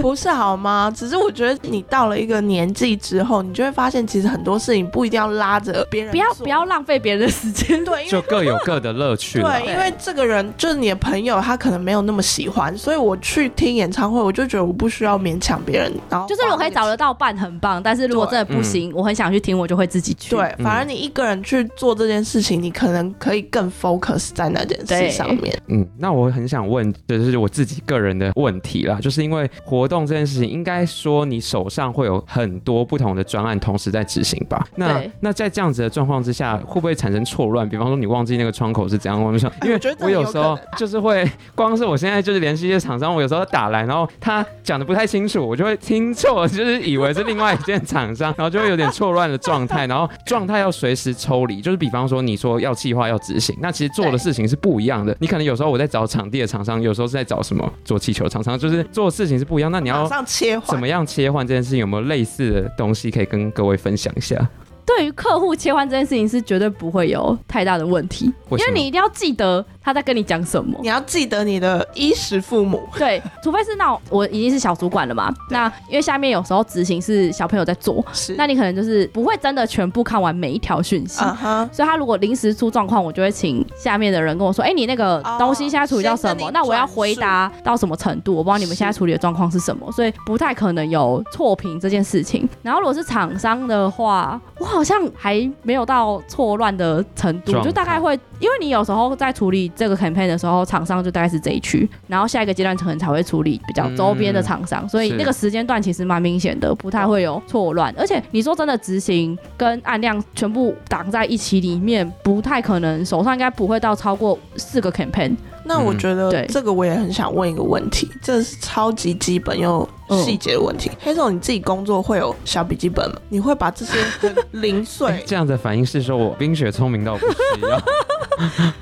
Speaker 1: 不是好吗？只是我觉得你到了一个年纪之后，你就会发现，其实很多事情不一定要拉着别人
Speaker 3: 不要
Speaker 1: 做
Speaker 3: 不要浪费别人的 时 间，
Speaker 1: 对，因为
Speaker 2: 就各有各的乐趣了
Speaker 1: 对，。因为这个人就是你的朋友，他可能没有那么喜欢，所以我去听演唱会，我就觉得我不需要勉强别人。然后
Speaker 3: 就是我可以找得到伴很棒，但是如果真的不行，我很想去听，我就会自己去。
Speaker 1: 对，
Speaker 2: 嗯
Speaker 1: 反而你一个人去做这件事情，你可能可以更 focus 在那件事
Speaker 3: 对
Speaker 1: 上面。
Speaker 2: 嗯，那我很想问，就是我自己个人的问题啦，就是因为活动这件事情，应该说你手上会有很多不同的专案同时在执行吧？那
Speaker 3: 对
Speaker 2: 那在这样子的状况之下，会不会产生错乱？比方说你忘记那个窗口是怎样，我们说，因
Speaker 1: 我
Speaker 2: 为
Speaker 1: 觉得这
Speaker 2: 我
Speaker 1: 很有
Speaker 2: 有时候
Speaker 1: 可
Speaker 2: 就是会，光是我现在就是联系一些厂商，我有时候打来，然后他讲的不太清楚，我就会听错，就是以为是另外一件厂商，然后就会有点错乱的状 态，然后状态要随时抽离。就是比方说你说要计划要执行，那其实做的事情是不一样的。你可能有时候我在找场地的厂商，有时候是在找什么做气球厂商，就是做的事情是不一样。那你
Speaker 1: 马
Speaker 2: 要
Speaker 3: 啊
Speaker 1: 上切换，
Speaker 2: 怎么样切换这件事情？有没有类似的东西可以跟各位分享一下？
Speaker 3: 对于客户切换这件事情是绝对不会有太大的问题，
Speaker 2: 为什
Speaker 3: 因为
Speaker 2: 么
Speaker 3: 你一定要记得他在跟你 讲什么
Speaker 1: 你。要记得你的衣食父母，
Speaker 3: 对，除非是那种我已经是小主管了嘛，那因为下面有时候执行是小朋友在做，
Speaker 1: 是
Speaker 3: 那你可能就是不会真的全部看完每一条讯息。
Speaker 1: 啊哈。
Speaker 3: 所以他如果临时出状况，我就会请下面的人跟我说：“哎、你那个东西现在处理到什么？
Speaker 1: 哦
Speaker 3: 那我要回答到什么程度？我不知道你们现在处理的状况是什么，所以不太可能有错评这件事情。然后如果是厂商的话，我好像还没有到错乱的程度，
Speaker 2: 状态
Speaker 3: 就大概会，因为你有时候在处理这个 campaign 的时候，厂商就大概是这一区，然后下一个阶段可能才会处理比
Speaker 2: 嗯
Speaker 3: 较周边的厂商，所以
Speaker 2: 是
Speaker 3: 那个时间段其实蛮明显的，不太会有错乱。而且你说真的，执行跟按量全部挡在一起里面，不太可能，手上应该不会到超过四个 campaign。
Speaker 1: 那我觉
Speaker 3: 嗯
Speaker 1: 得
Speaker 3: 对
Speaker 1: 这个我也很想问一个问题，这是超级基本又
Speaker 3: 嗯
Speaker 1: 细节的问题。黑总，你自己工作会有小笔记本吗？你会把这些很零 碎
Speaker 2: 哎这样的反应是说我冰雪聪明到不需要，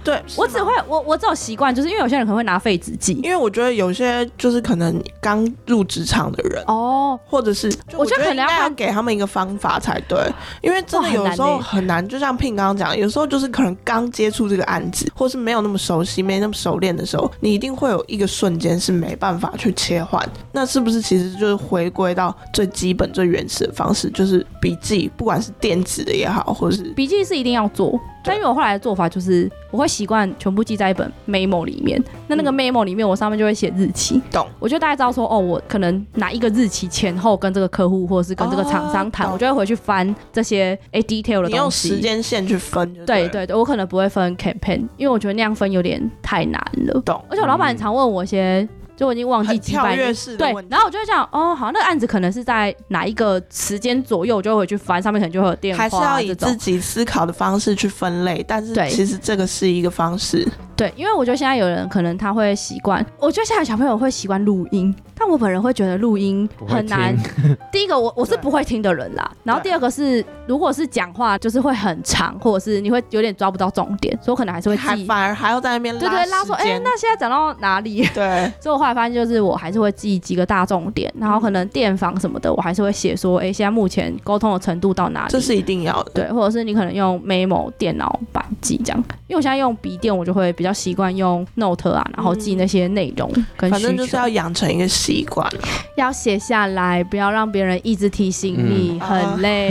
Speaker 1: 对
Speaker 3: 我
Speaker 1: 是
Speaker 3: 只
Speaker 1: 吗
Speaker 3: 会我我只有习惯，就是因为有些人可能会拿废纸记。
Speaker 1: 因为我觉得有些就是可能刚入职场的人。
Speaker 3: 哦，
Speaker 1: 或者是，
Speaker 3: 我觉得可
Speaker 1: 应
Speaker 3: 能
Speaker 1: 该
Speaker 3: 要
Speaker 1: 要
Speaker 3: 让
Speaker 1: 给他们一个方法才对，因为真
Speaker 3: 哇
Speaker 1: 的
Speaker 3: 很
Speaker 1: 有
Speaker 3: 难欸
Speaker 1: 时候
Speaker 3: 呢
Speaker 1: 很难，就像聘刚刚讲，有时候就是可能刚接触这个案子，或是没有那么熟悉、没那么熟练的时候，你一定会有一个瞬间是没办法去切换。那是不是其实就是回归到最基本、最原始的方式，就是笔记，不管是电子的也好，或是
Speaker 3: 笔记是一定要做，但因为我后来的做法就是，我会习惯全部记在一本 memo 里面。那那个
Speaker 1: 嗯
Speaker 3: memo 里面，我上面就会写日期，
Speaker 1: 懂？
Speaker 3: 我就大概知道说，哦，我可能哪一个日期前后跟这个客户或者是跟这个厂商谈，
Speaker 1: 哦
Speaker 3: 我就会回去翻这些诶 detail 的
Speaker 1: 你用
Speaker 3: 东
Speaker 1: 时
Speaker 3: 西。
Speaker 1: 间线去分就
Speaker 3: 对
Speaker 1: 了
Speaker 3: 对对，我可能不会分 campaign，因为我觉得那样分有点太难了。
Speaker 1: 懂
Speaker 3: 而且我老板很常问我一些，就我已经忘记
Speaker 1: 很
Speaker 3: 几
Speaker 1: 跳
Speaker 3: 百
Speaker 1: 跃式的
Speaker 3: 对
Speaker 1: 问，题，
Speaker 3: 然后我就会讲，哦，好，那个案子可能是在哪一个时间左右，我就会回去翻，上面可能就会有电话、
Speaker 1: 还
Speaker 3: 啊、
Speaker 1: 是要以
Speaker 3: 这种
Speaker 1: 自己思考的方式去分类，但是
Speaker 3: 对
Speaker 1: 其实这个是一个方式。
Speaker 3: 对，因为我觉得现在有人可能他会习惯，我觉得现在小朋友会习惯录音，但我本人会觉得录音
Speaker 2: 不会
Speaker 3: 很难
Speaker 2: 听。
Speaker 3: 第一个我我是
Speaker 1: 对
Speaker 3: 不会听的人啦，然后第二个是如果是讲话，就是会很长，或者是你会有点抓不到重点，所以我可能还是会
Speaker 1: 还
Speaker 3: 记。
Speaker 1: 反而还要在那边
Speaker 3: 对对，拉说，
Speaker 1: 时
Speaker 3: 哎、
Speaker 1: 间
Speaker 3: 那现在讲到哪里？
Speaker 1: 对，
Speaker 3: 所以我后来发现，就是我还是会记几个大重点，然后可能电访什么的，我还是会写说，哎、现在目前沟通的程度到哪里？
Speaker 1: 这是一定要的。
Speaker 3: 啊对，或者是你可能用 memo 电脑版记这样，因为我现在用笔电，我就会比较习惯用 note 啊，然后记那些内容跟
Speaker 1: 嗯
Speaker 3: 需
Speaker 1: 反
Speaker 3: 求，
Speaker 1: 正就是要养成一个习惯，啊
Speaker 3: 要写下来，不要让别人一直提醒
Speaker 1: 嗯
Speaker 3: 你，
Speaker 1: 啊
Speaker 3: 很累。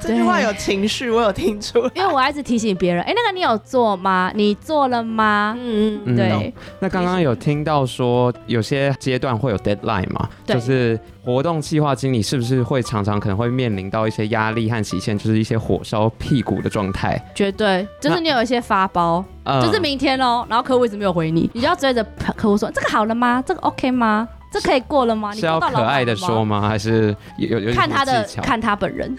Speaker 1: 这句话有情绪，我有听出来。
Speaker 3: 因为我要一直提醒别人，哎、那个你有做吗？你做了吗？
Speaker 1: 嗯
Speaker 2: 嗯
Speaker 3: 对，
Speaker 2: 那刚刚有听到说有些阶段会有 deadline 嘛，
Speaker 3: 对
Speaker 2: 就是活动计划经理是不是会常常可能会面临到一些压力和极限，就是一些火烧屁股的状态？
Speaker 3: 绝对就是你有一些发包，
Speaker 2: 嗯
Speaker 3: 就是明天哦，然后客户一直没有回你，你就要追着客户说这个好了吗？这个 OK 吗？这可以过了啊吗？你
Speaker 2: 是要
Speaker 3: 过到
Speaker 2: 可爱的
Speaker 3: 老板了
Speaker 2: 说
Speaker 3: 吗，
Speaker 2: 吗？还是有有有
Speaker 3: 看他的
Speaker 2: 有什么技巧
Speaker 3: 看他本人，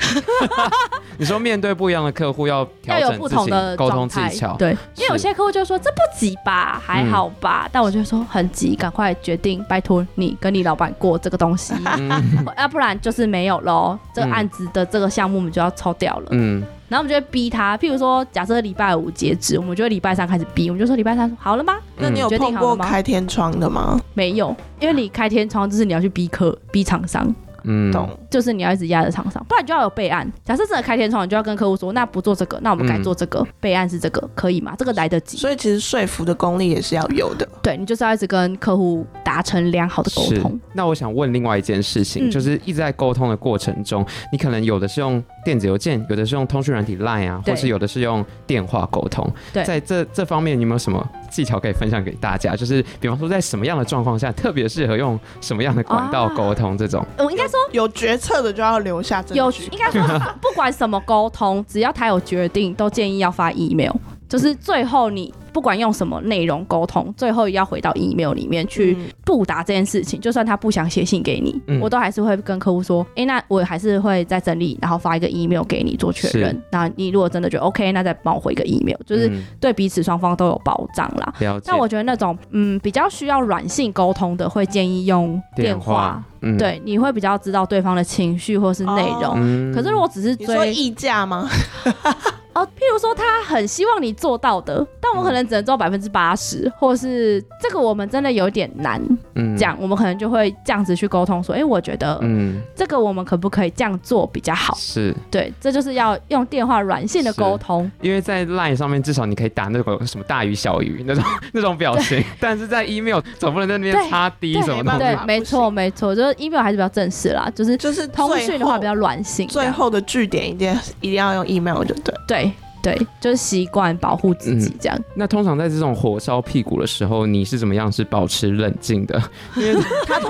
Speaker 2: 你说面对不一样的客户要
Speaker 3: 要
Speaker 2: 调
Speaker 3: 有
Speaker 2: 整
Speaker 3: 不
Speaker 2: 自
Speaker 3: 同
Speaker 2: 己
Speaker 3: 的
Speaker 2: 沟
Speaker 3: 状
Speaker 2: 通技
Speaker 3: 态
Speaker 2: 巧，，
Speaker 3: 对，因为有
Speaker 2: 是
Speaker 3: 些客户就说这不急吧，还好吧，但我就说很急，赶快决定，拜托你跟你老板过这个东 西，
Speaker 2: 嗯
Speaker 3: 要、不然就是没有喽。这个
Speaker 2: 嗯
Speaker 3: 案子的这个项目我们就要抽掉了。
Speaker 2: 嗯，
Speaker 3: 然后我们就会逼他，譬如说假设礼拜五截止，我们就会礼拜三开始逼，我们就说礼拜三说好了吗？
Speaker 1: 那你有
Speaker 3: 决定
Speaker 1: 碰
Speaker 3: 好了
Speaker 1: 过
Speaker 3: 吗
Speaker 1: 开天窗的吗？
Speaker 3: 没有，因为你开天窗就是你要去逼客逼厂商。
Speaker 2: 嗯
Speaker 1: 懂？
Speaker 3: 就是你要一直压着厂商，不然你就要有备案。假设真的开天窗，你就要跟客户说，那不做这个，那我们嗯改做这个，备案是这个，可以吗？这个来得及。
Speaker 1: 所以其实说服的功力也是要有 的。
Speaker 3: 对你就是要一直跟客户达成良好的沟
Speaker 2: 是
Speaker 3: 通。。
Speaker 2: 那我想问另外一件事情，
Speaker 3: 嗯
Speaker 2: 就是一直在沟通的过程中，你可能有的是用电子邮件，有的是用通讯软体 Line 啊，
Speaker 3: 对
Speaker 2: 或是有的是用电话沟通。
Speaker 3: 对
Speaker 2: 在这这方面，你有没有什么技巧可以分享给大家？就是比方说，在什么样的状况下特别适合用什么样的管道沟通这种？
Speaker 3: 我嗯应该说
Speaker 1: 有决策的就要留下证
Speaker 3: 有，
Speaker 1: 据
Speaker 3: 应。该说不管什么沟通，只要他有决定，都建议要发 email。就是最后你不管用什么内容沟通，最后也要回到 email 里面去
Speaker 1: 嗯
Speaker 3: 布达这件事情。就算他不想写信给你，
Speaker 2: 嗯
Speaker 3: 我都还是会跟客户说，诶，那我还是会再整理，然后发一个 email 给你做确认
Speaker 2: 是。
Speaker 3: 那你如果真的觉得 OK，那再帮我回一个 email，就是
Speaker 2: 嗯
Speaker 3: 对彼此双方都有保障啦。
Speaker 2: 了解
Speaker 3: 但。我觉得那种嗯比较需要软性沟通的，会建议用电话。，
Speaker 2: 嗯，
Speaker 3: 对，你会比较知道对方的情绪或是内容。
Speaker 1: 哦
Speaker 2: 嗯
Speaker 3: 可是如果只是
Speaker 1: 你说
Speaker 3: 追
Speaker 1: 议价吗？
Speaker 3: 哦，譬例如说，他很希望你做到的，但我们可能只能做到百分之八十，或是这个我们真的有点难。
Speaker 2: 嗯
Speaker 3: 这样，我们可能就会这样子去沟通，说，哎、我觉得
Speaker 2: 嗯，
Speaker 3: 这个我们可不可以这样做比较好？
Speaker 2: 是
Speaker 3: 对，这就是要用电话软性的沟
Speaker 2: 是
Speaker 3: 通。
Speaker 2: 因为在 LINE 上面至少你可以打那个什么大鱼小鱼那种 那种表情，但是在 email 总不能在那边
Speaker 3: 对
Speaker 2: 擦滴
Speaker 3: 对
Speaker 2: 什么
Speaker 1: 没办
Speaker 2: 的。
Speaker 1: 法
Speaker 3: 对，
Speaker 1: 不
Speaker 3: 没错，
Speaker 1: 行
Speaker 3: 没错，就是 email 还是比较正式啦，就是
Speaker 1: 就是
Speaker 3: 通
Speaker 1: 最
Speaker 3: 讯的话
Speaker 1: 后
Speaker 3: 比较软性这
Speaker 1: 最
Speaker 3: 样。
Speaker 1: 后的据点一定一定要用 email 就对。
Speaker 3: 对对，就是习惯保护自己这样。
Speaker 2: 那通常在这种火烧屁股的时候，你是怎么样是保持冷静 的？因为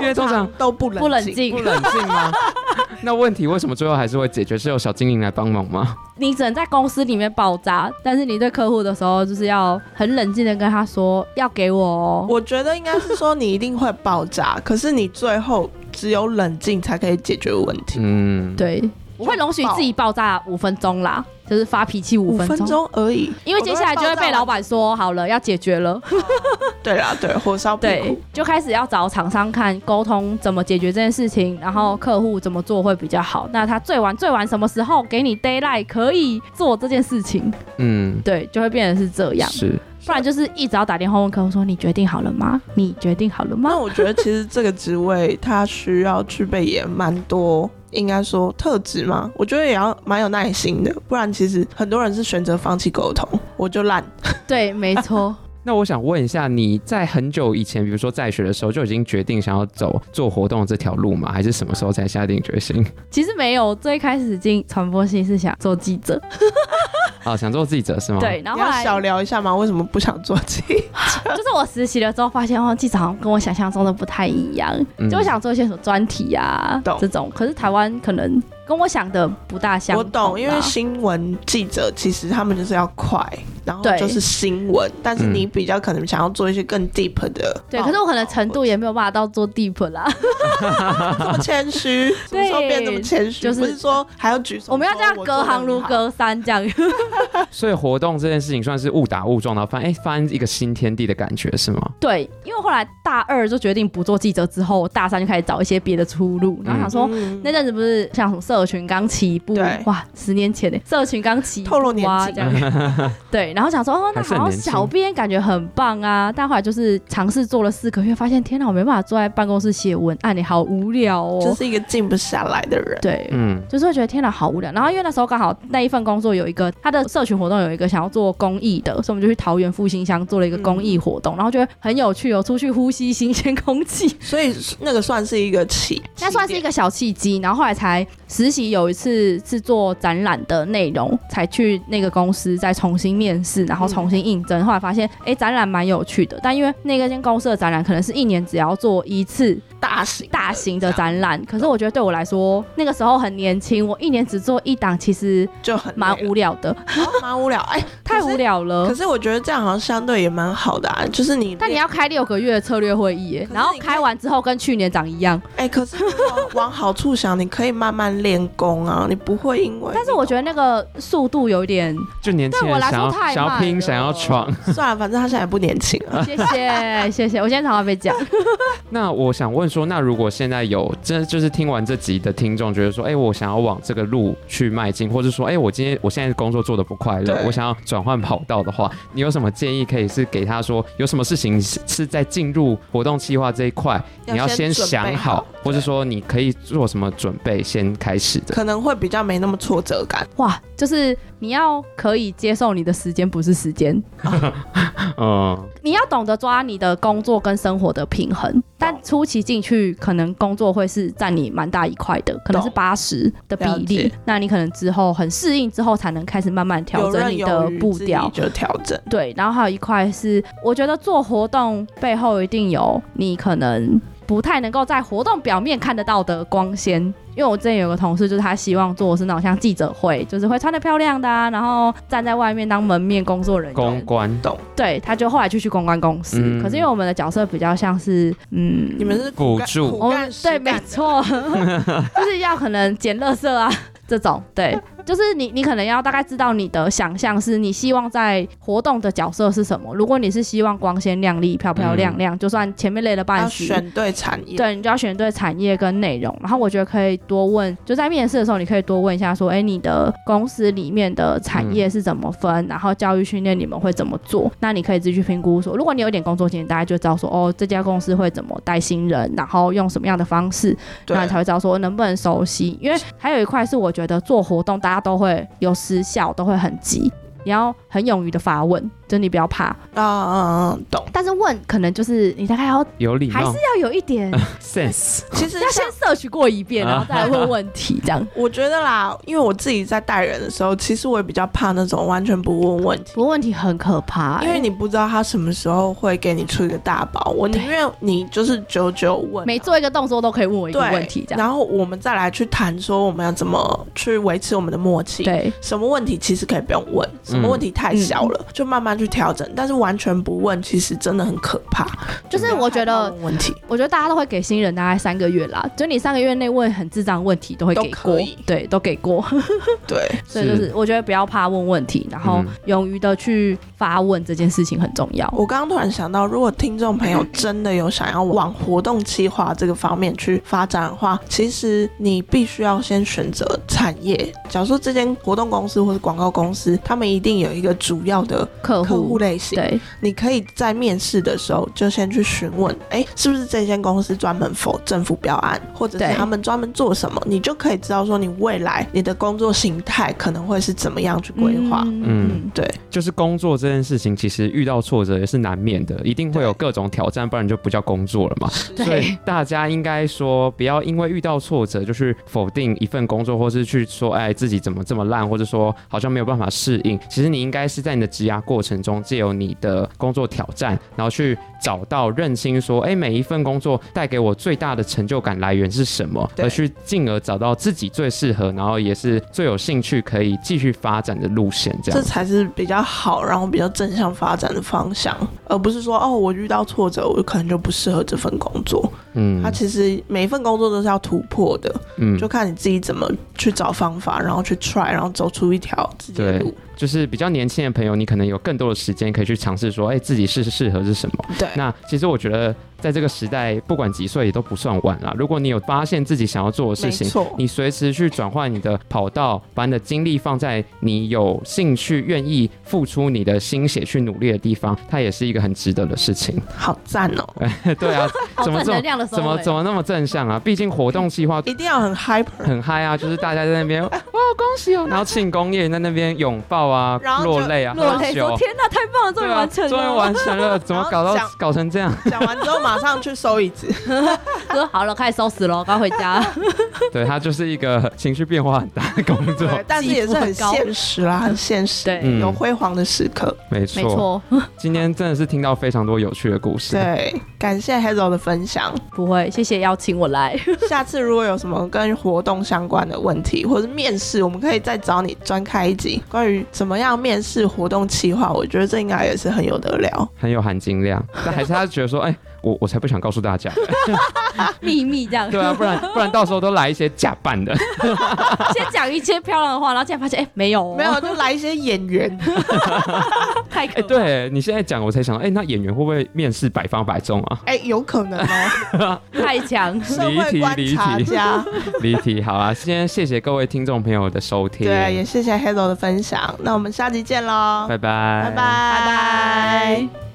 Speaker 2: 因为通常
Speaker 1: 都不
Speaker 3: 嗯不冷
Speaker 1: 冷静，
Speaker 3: 静
Speaker 2: 不，冷静吗？ 那问题为什么最后还是会解决？是由小精灵来帮忙吗？
Speaker 3: 你只能在公司里面爆炸，但是你对客户的时候就是要很冷静的跟他说，要给我哦。
Speaker 1: 我觉得应该是说你一定会爆 炸，可是你最后只有冷静才可以解决问题。
Speaker 2: 嗯，
Speaker 3: 对，我会容许自己爆炸五分钟啦，就是发脾气五
Speaker 1: 五
Speaker 3: 分
Speaker 1: 分
Speaker 3: 钟。
Speaker 1: 钟而已，
Speaker 3: 因为接下来就会被老板说好了，要解决了，
Speaker 1: 对啦，对火烧屁
Speaker 3: 对
Speaker 1: 股，，
Speaker 3: 就开始要找厂商看沟通怎么解决这件事情，然后客户怎么做会比较好。那他最晚最晚什么时候给你 d a y l i g h t 可以做这件事情？
Speaker 2: 嗯，
Speaker 3: 对，就会变成是这样，
Speaker 2: 是
Speaker 3: 不然就是一直要打电话问客户说你决定好了吗？你决定好了吗
Speaker 1: 那？我觉得其实这个职位它需要具备也蛮多，应该说特质嘛，我觉得也要蛮有耐心的，不然其实很多人是选择放弃沟通，我就烂。
Speaker 3: 对，没 错。
Speaker 2: 那我想问一下，你在很久以前，比如说在学的时候，就已经决定想要走做活动这条路吗？还是什么时候才下定决心
Speaker 3: 其实没有，最开始进传播系是想做记者，
Speaker 2: 啊？想做记者是吗？
Speaker 3: 对，，然
Speaker 1: 你
Speaker 3: 后
Speaker 1: 要
Speaker 3: 后来
Speaker 1: 小聊一下吗？为什么不想做记？
Speaker 3: 就是我实习了之后发现，哦，记者好像跟我想象中的不太一样，
Speaker 2: 嗯
Speaker 3: 就我想做一些什么专题啊
Speaker 1: 懂
Speaker 3: 这种，可是台湾可能跟我想的不大相
Speaker 1: 我
Speaker 3: 同啊、
Speaker 1: 懂，因为新闻记者其实他们就是要快，然后
Speaker 3: 对
Speaker 1: 就是新闻，但是
Speaker 2: 嗯
Speaker 1: 你比较可能想要做一些更 deep 的报道。
Speaker 3: 对，可是我可能程度也没有办法到做 deep 啦，
Speaker 1: 这么谦 虚，什么时候变这么谦虚？
Speaker 3: 就是
Speaker 1: 不是说还要举手？
Speaker 3: 我们要这样
Speaker 1: 说
Speaker 3: 隔行如。
Speaker 1: 我做得很好
Speaker 3: 隔山这样。
Speaker 2: 所以活动这件事情算是误打误撞，然后发现哎，发现一个新天地的感觉是吗？
Speaker 3: 对，因为后来大二就决定不做记者，之后大三就开始找一些别的出路，然后想说。
Speaker 1: 嗯
Speaker 3: 那阵子不是像什么社群刚起步
Speaker 1: 对，
Speaker 3: 哇，十年前呢，社群刚起步、啊、
Speaker 1: 透露年纪
Speaker 3: 这样 对，然后想说哦，那
Speaker 2: 还是
Speaker 3: 好
Speaker 2: 很
Speaker 3: 像
Speaker 2: 年轻
Speaker 3: 小编感觉很棒啊，但后来就是尝试做了四个月，发现天哪，我没办法坐在办公室写文案，你好无聊哦。
Speaker 1: 就是一个静不下来的人。
Speaker 3: 对，
Speaker 2: 嗯，
Speaker 3: 就是会觉得天哪，好无聊。然后因为那时候刚好那一份工作有一个他的社群活动有一个想要做公益的，所以我们就去桃园复兴乡做了一个公
Speaker 1: 嗯
Speaker 3: 益活动，然后觉得很有趣哦，出去呼吸新鲜空气，
Speaker 1: 所以那个算是一个起，
Speaker 3: 那算是一
Speaker 1: 个
Speaker 3: 个小契机。然后后来才实习有一次是做展览的内容，才去那个公司再重新面试，然后重新应征。后来发现，哎、展览蛮有趣的，但因为那个间公司的展览可能是一年只要做一次
Speaker 1: 大型
Speaker 3: 大型的展览，
Speaker 1: 啊
Speaker 3: 可是我觉得对我来说，那个时候很年轻，我一年只做一档，其实。
Speaker 1: 就很
Speaker 3: 蛮
Speaker 1: 累了
Speaker 3: 无聊的，
Speaker 1: 哦蛮无聊，哎，
Speaker 3: 太
Speaker 1: 可
Speaker 3: 无
Speaker 1: 是。
Speaker 3: 聊
Speaker 1: 可
Speaker 3: 了。
Speaker 1: 是我觉得这样好像相对也蛮好的啊，就是你
Speaker 3: 但你要开六个月的策略会议耶
Speaker 1: 可，是
Speaker 3: 然后
Speaker 1: 你可以
Speaker 3: 开完之后跟去年长一样。
Speaker 1: 哎，可是如果往好处想，你可以慢慢练功啊，你不会因为
Speaker 3: 但是我觉得那个速度有点，
Speaker 2: 就年轻
Speaker 3: 对我
Speaker 2: 人
Speaker 3: 来
Speaker 2: 想
Speaker 3: 说
Speaker 2: 要
Speaker 3: 太
Speaker 2: 想要
Speaker 3: 慢
Speaker 2: 拼，
Speaker 3: 了
Speaker 2: 想要闯。
Speaker 1: 算了，反正他现在也不年 轻啊了。
Speaker 3: 谢谢谢谢，我现在常常被讲。
Speaker 2: 那我想问说，那如果现在有真就是听完这集的听众，觉得说，哎、我想要往这个路去迈进，或者说，哎、我今天我现在工作做的不快乐
Speaker 1: 对，
Speaker 2: 我想要转换跑道的话，你有什么建议可以是给他说，有什么事情是是在进入活动计划这一块，
Speaker 1: 要
Speaker 2: 你要
Speaker 1: 先
Speaker 2: 先
Speaker 1: 准备
Speaker 2: 想
Speaker 1: 好
Speaker 2: 好，或者
Speaker 1: 对
Speaker 2: 说你可以做什么准备先开始的？
Speaker 1: 可能会比较没那么挫折感。
Speaker 3: 哇，就是你要可以接受你的时间不是时间，
Speaker 2: 嗯，
Speaker 3: 你要懂得抓你的工作跟生活的平衡。但初期进去，可能工作会是占你蛮大一块的，可能是
Speaker 1: 懂
Speaker 3: 八十的比
Speaker 1: 了
Speaker 3: 例
Speaker 1: 解。
Speaker 3: 那你可能之后很适应之后，才能开始慢慢调
Speaker 1: 有
Speaker 3: 整
Speaker 1: 任
Speaker 3: 你
Speaker 1: 有
Speaker 3: 的
Speaker 1: 余
Speaker 3: 步
Speaker 1: 自己
Speaker 3: 调。
Speaker 1: 就调整。
Speaker 3: 对，然后还有一块是，我觉得做活动背后一定有你可能不太能够在活动表面看得到的光鲜。因为我之前有个同事，就是他希望做的是那种像记者会，就是会穿得漂亮的、啊，然后站在外面当门面工作人
Speaker 2: 公
Speaker 3: 员。
Speaker 2: 关
Speaker 3: 对，他就后来就去公关公司。
Speaker 2: 嗯
Speaker 3: 可是因为我们的角色比较像是，嗯，
Speaker 1: 你们是苦
Speaker 2: 辅
Speaker 1: 干
Speaker 2: 助
Speaker 1: 苦
Speaker 3: 我
Speaker 1: 干
Speaker 3: 们
Speaker 1: 实
Speaker 3: 哦 对，
Speaker 1: 干
Speaker 3: 没错，就是要可能捡垃圾啊这种，对，就是你你可能要大概知道你的想象是你希望在活动的角色是什么。如果你是希望光鲜亮丽、漂漂亮亮，就算前面累了半
Speaker 1: 要
Speaker 3: 死，
Speaker 1: 选对产业，
Speaker 3: 对，你就要选对产业跟内容。然后我觉得可以多问，就在面试的时候，你可以多问一下说，哎，你的公司里面的产业是怎么分？然后教育训练你们会怎么做？那你可以自己去评估说，如果你有点工作经验，大家就知道说，哦，这家公司会怎么带新人，然后用什么样的方式，
Speaker 1: 对
Speaker 3: 那你才会知道说能不能熟悉。因为还有一块是我觉得做活动大家都会有时效，都会很急。你要很勇于的发问，就你不要怕，
Speaker 1: 啊啊嗯，懂。
Speaker 3: 但是问可能就是你大概要
Speaker 2: 有礼
Speaker 3: 还
Speaker 2: 貌
Speaker 3: 是要有一点
Speaker 2: sense，
Speaker 1: 其实
Speaker 3: 要
Speaker 1: 像
Speaker 3: 先摄取过一遍，
Speaker 2: 啊
Speaker 3: 然后再来问问题，这样
Speaker 1: 我觉得啦，因为我自己在带人的时候，其实我也比较怕那种完全不问问题。
Speaker 3: 不过问题很可怕欸、
Speaker 1: 因为你不知道他什么时候会给你出一个大包，我宁愿你就是久久问啊，
Speaker 3: 每做一个动作都可以问我一个
Speaker 1: 对
Speaker 3: 问题，这样
Speaker 1: 然后我们再来去谈说我们要怎么去维持我们的默契。，
Speaker 3: 对。嗯
Speaker 1: 什么问题其实可以不用问，什么问题太小了、就慢慢去调整，但是完全不问其实真的很可怕。
Speaker 3: 就是我觉
Speaker 1: 不要害怕
Speaker 3: 得，
Speaker 1: 问问题
Speaker 3: 我觉得大家都会给新人大概三个月啦，就你三个月内问很智障的问题都会
Speaker 1: 都
Speaker 3: 给
Speaker 1: 可
Speaker 3: 过
Speaker 1: 以，
Speaker 3: 对，都给过。
Speaker 1: 对，
Speaker 3: 所以就是我觉得不要怕问问题，然后
Speaker 2: 嗯
Speaker 3: 勇于的去发问这件事情很重要。
Speaker 1: 我刚刚突然想到，如果听众 朋友真的有想要往活动计划这个方面去发展的话，其实你必须要先选择产业。假如说这间活动公司或是广告公司，他们一定有一个主要的
Speaker 3: 客
Speaker 1: 客户
Speaker 3: 户
Speaker 1: 类型，
Speaker 3: 对
Speaker 1: 你可以在面试的时候就先去询问，哎，是不是这间公司专门否政府标案，或者是
Speaker 3: 对
Speaker 1: 他们专门做什么，你就可以知道说你未来你的工作形态可能会是怎么样去规划。
Speaker 2: 嗯
Speaker 1: 对，
Speaker 2: 就是工作这件事情，其实遇到挫折也是难免的，一定会有各种挑战，不然就不叫工作了嘛。所以
Speaker 3: 对
Speaker 2: 大家应该说，不要因为遇到挫折就去否定一份工作，或是去说，哎，自己怎么这么烂，或者说好像没有办法适应。其实你应该是在你的职涯过程中，借由你的工作挑战，然后去找到认清说，哎，每一份工作带给我最大的成就感来源是什么，
Speaker 1: 对
Speaker 2: 而去进而找到自己最适合，然后也是最有兴趣可以继续发展的路线。这
Speaker 1: 这
Speaker 2: 样，
Speaker 1: 才是比较好，然后比较正向发展的方向，而不是说哦，我遇到挫折，我可能就不适合这份工作。
Speaker 2: 嗯
Speaker 1: 它其实每一份工作都是要突破的，
Speaker 2: 嗯
Speaker 1: 就看你自己怎么去找方法，然后去 try，然后走出一条自己的
Speaker 2: 对
Speaker 1: 路。
Speaker 2: 就是比较年轻的朋友，你可能有更多的时间可以去尝试说，哎、自己适适合是什么。
Speaker 1: 对，
Speaker 2: 那其实我觉得，在这个时代，不管几岁也都不算晚啦。如果你有发现自己想要做的事
Speaker 1: 没
Speaker 2: 情，
Speaker 1: 错，
Speaker 2: 你随时去转换你的跑道，把你的精力放在你有兴趣、愿意付出你的心血去努力的地方，它也是一个很值得的事情。
Speaker 1: 好赞哦！
Speaker 2: 对啊，
Speaker 3: 好
Speaker 2: 怎么
Speaker 3: 哦正
Speaker 2: 这么
Speaker 3: 能量的时候
Speaker 2: 怎么
Speaker 3: 欸
Speaker 2: 怎么那么正向啊？毕竟活动计划
Speaker 1: 一定要很 hyper，
Speaker 2: 很嗨啊，就是大家在那边哇恭喜哦，然后庆功宴在那边拥抱啊
Speaker 1: 然，后就
Speaker 2: 落泪啊，
Speaker 3: 落泪
Speaker 2: 喝酒
Speaker 3: 说：“天哪，太棒了，终于
Speaker 2: 对啊
Speaker 3: 完
Speaker 2: 终于完成
Speaker 3: 成了！”
Speaker 2: 了，怎么搞到
Speaker 1: 然后想
Speaker 2: 搞成这样？
Speaker 1: 讲完之后马上去收椅子。
Speaker 3: 说 好了，开始收拾了，该回家。
Speaker 2: 对，它就是一个 情绪变化很大的工作，
Speaker 1: 对，但是也是很现实啦，很现实，
Speaker 3: 对
Speaker 2: 嗯
Speaker 1: 有辉煌的时刻。
Speaker 2: 没
Speaker 3: 没
Speaker 2: 错。
Speaker 3: 错，
Speaker 2: 今天真的是听到非常多有趣的故事。
Speaker 1: 对，感谢 Hazel 的分享。
Speaker 3: 不会，谢谢邀请我来。
Speaker 1: 下次如果有什么跟活动相关的问题，或是面试，我们可以再找你专开一集关于怎么样面试活动企划。我觉得这应该也是很有得聊。
Speaker 2: 很有含金量，但还是他觉得说，哎、我我才不想告诉大家，
Speaker 3: 秘密这样，
Speaker 2: 对啊，不然不然到时候都来一些假扮的，
Speaker 3: 先讲一些漂亮的话，然后竟然发现哎、没有哦，
Speaker 1: 没有，就来一些演员，
Speaker 3: 太
Speaker 2: 哎、
Speaker 3: 可怕。
Speaker 2: 对你现在讲我才想，哎、那演员会不会面试百发百中啊？
Speaker 1: 哎、有可能哦，
Speaker 3: 太 强，
Speaker 1: 社会观察家。
Speaker 2: 离题，好啊，今天谢谢各位听众朋友的收听，
Speaker 1: 对，也谢谢 Hazel 的分享。那我们下集见喽，
Speaker 2: 拜拜，
Speaker 1: 拜拜
Speaker 3: 拜拜。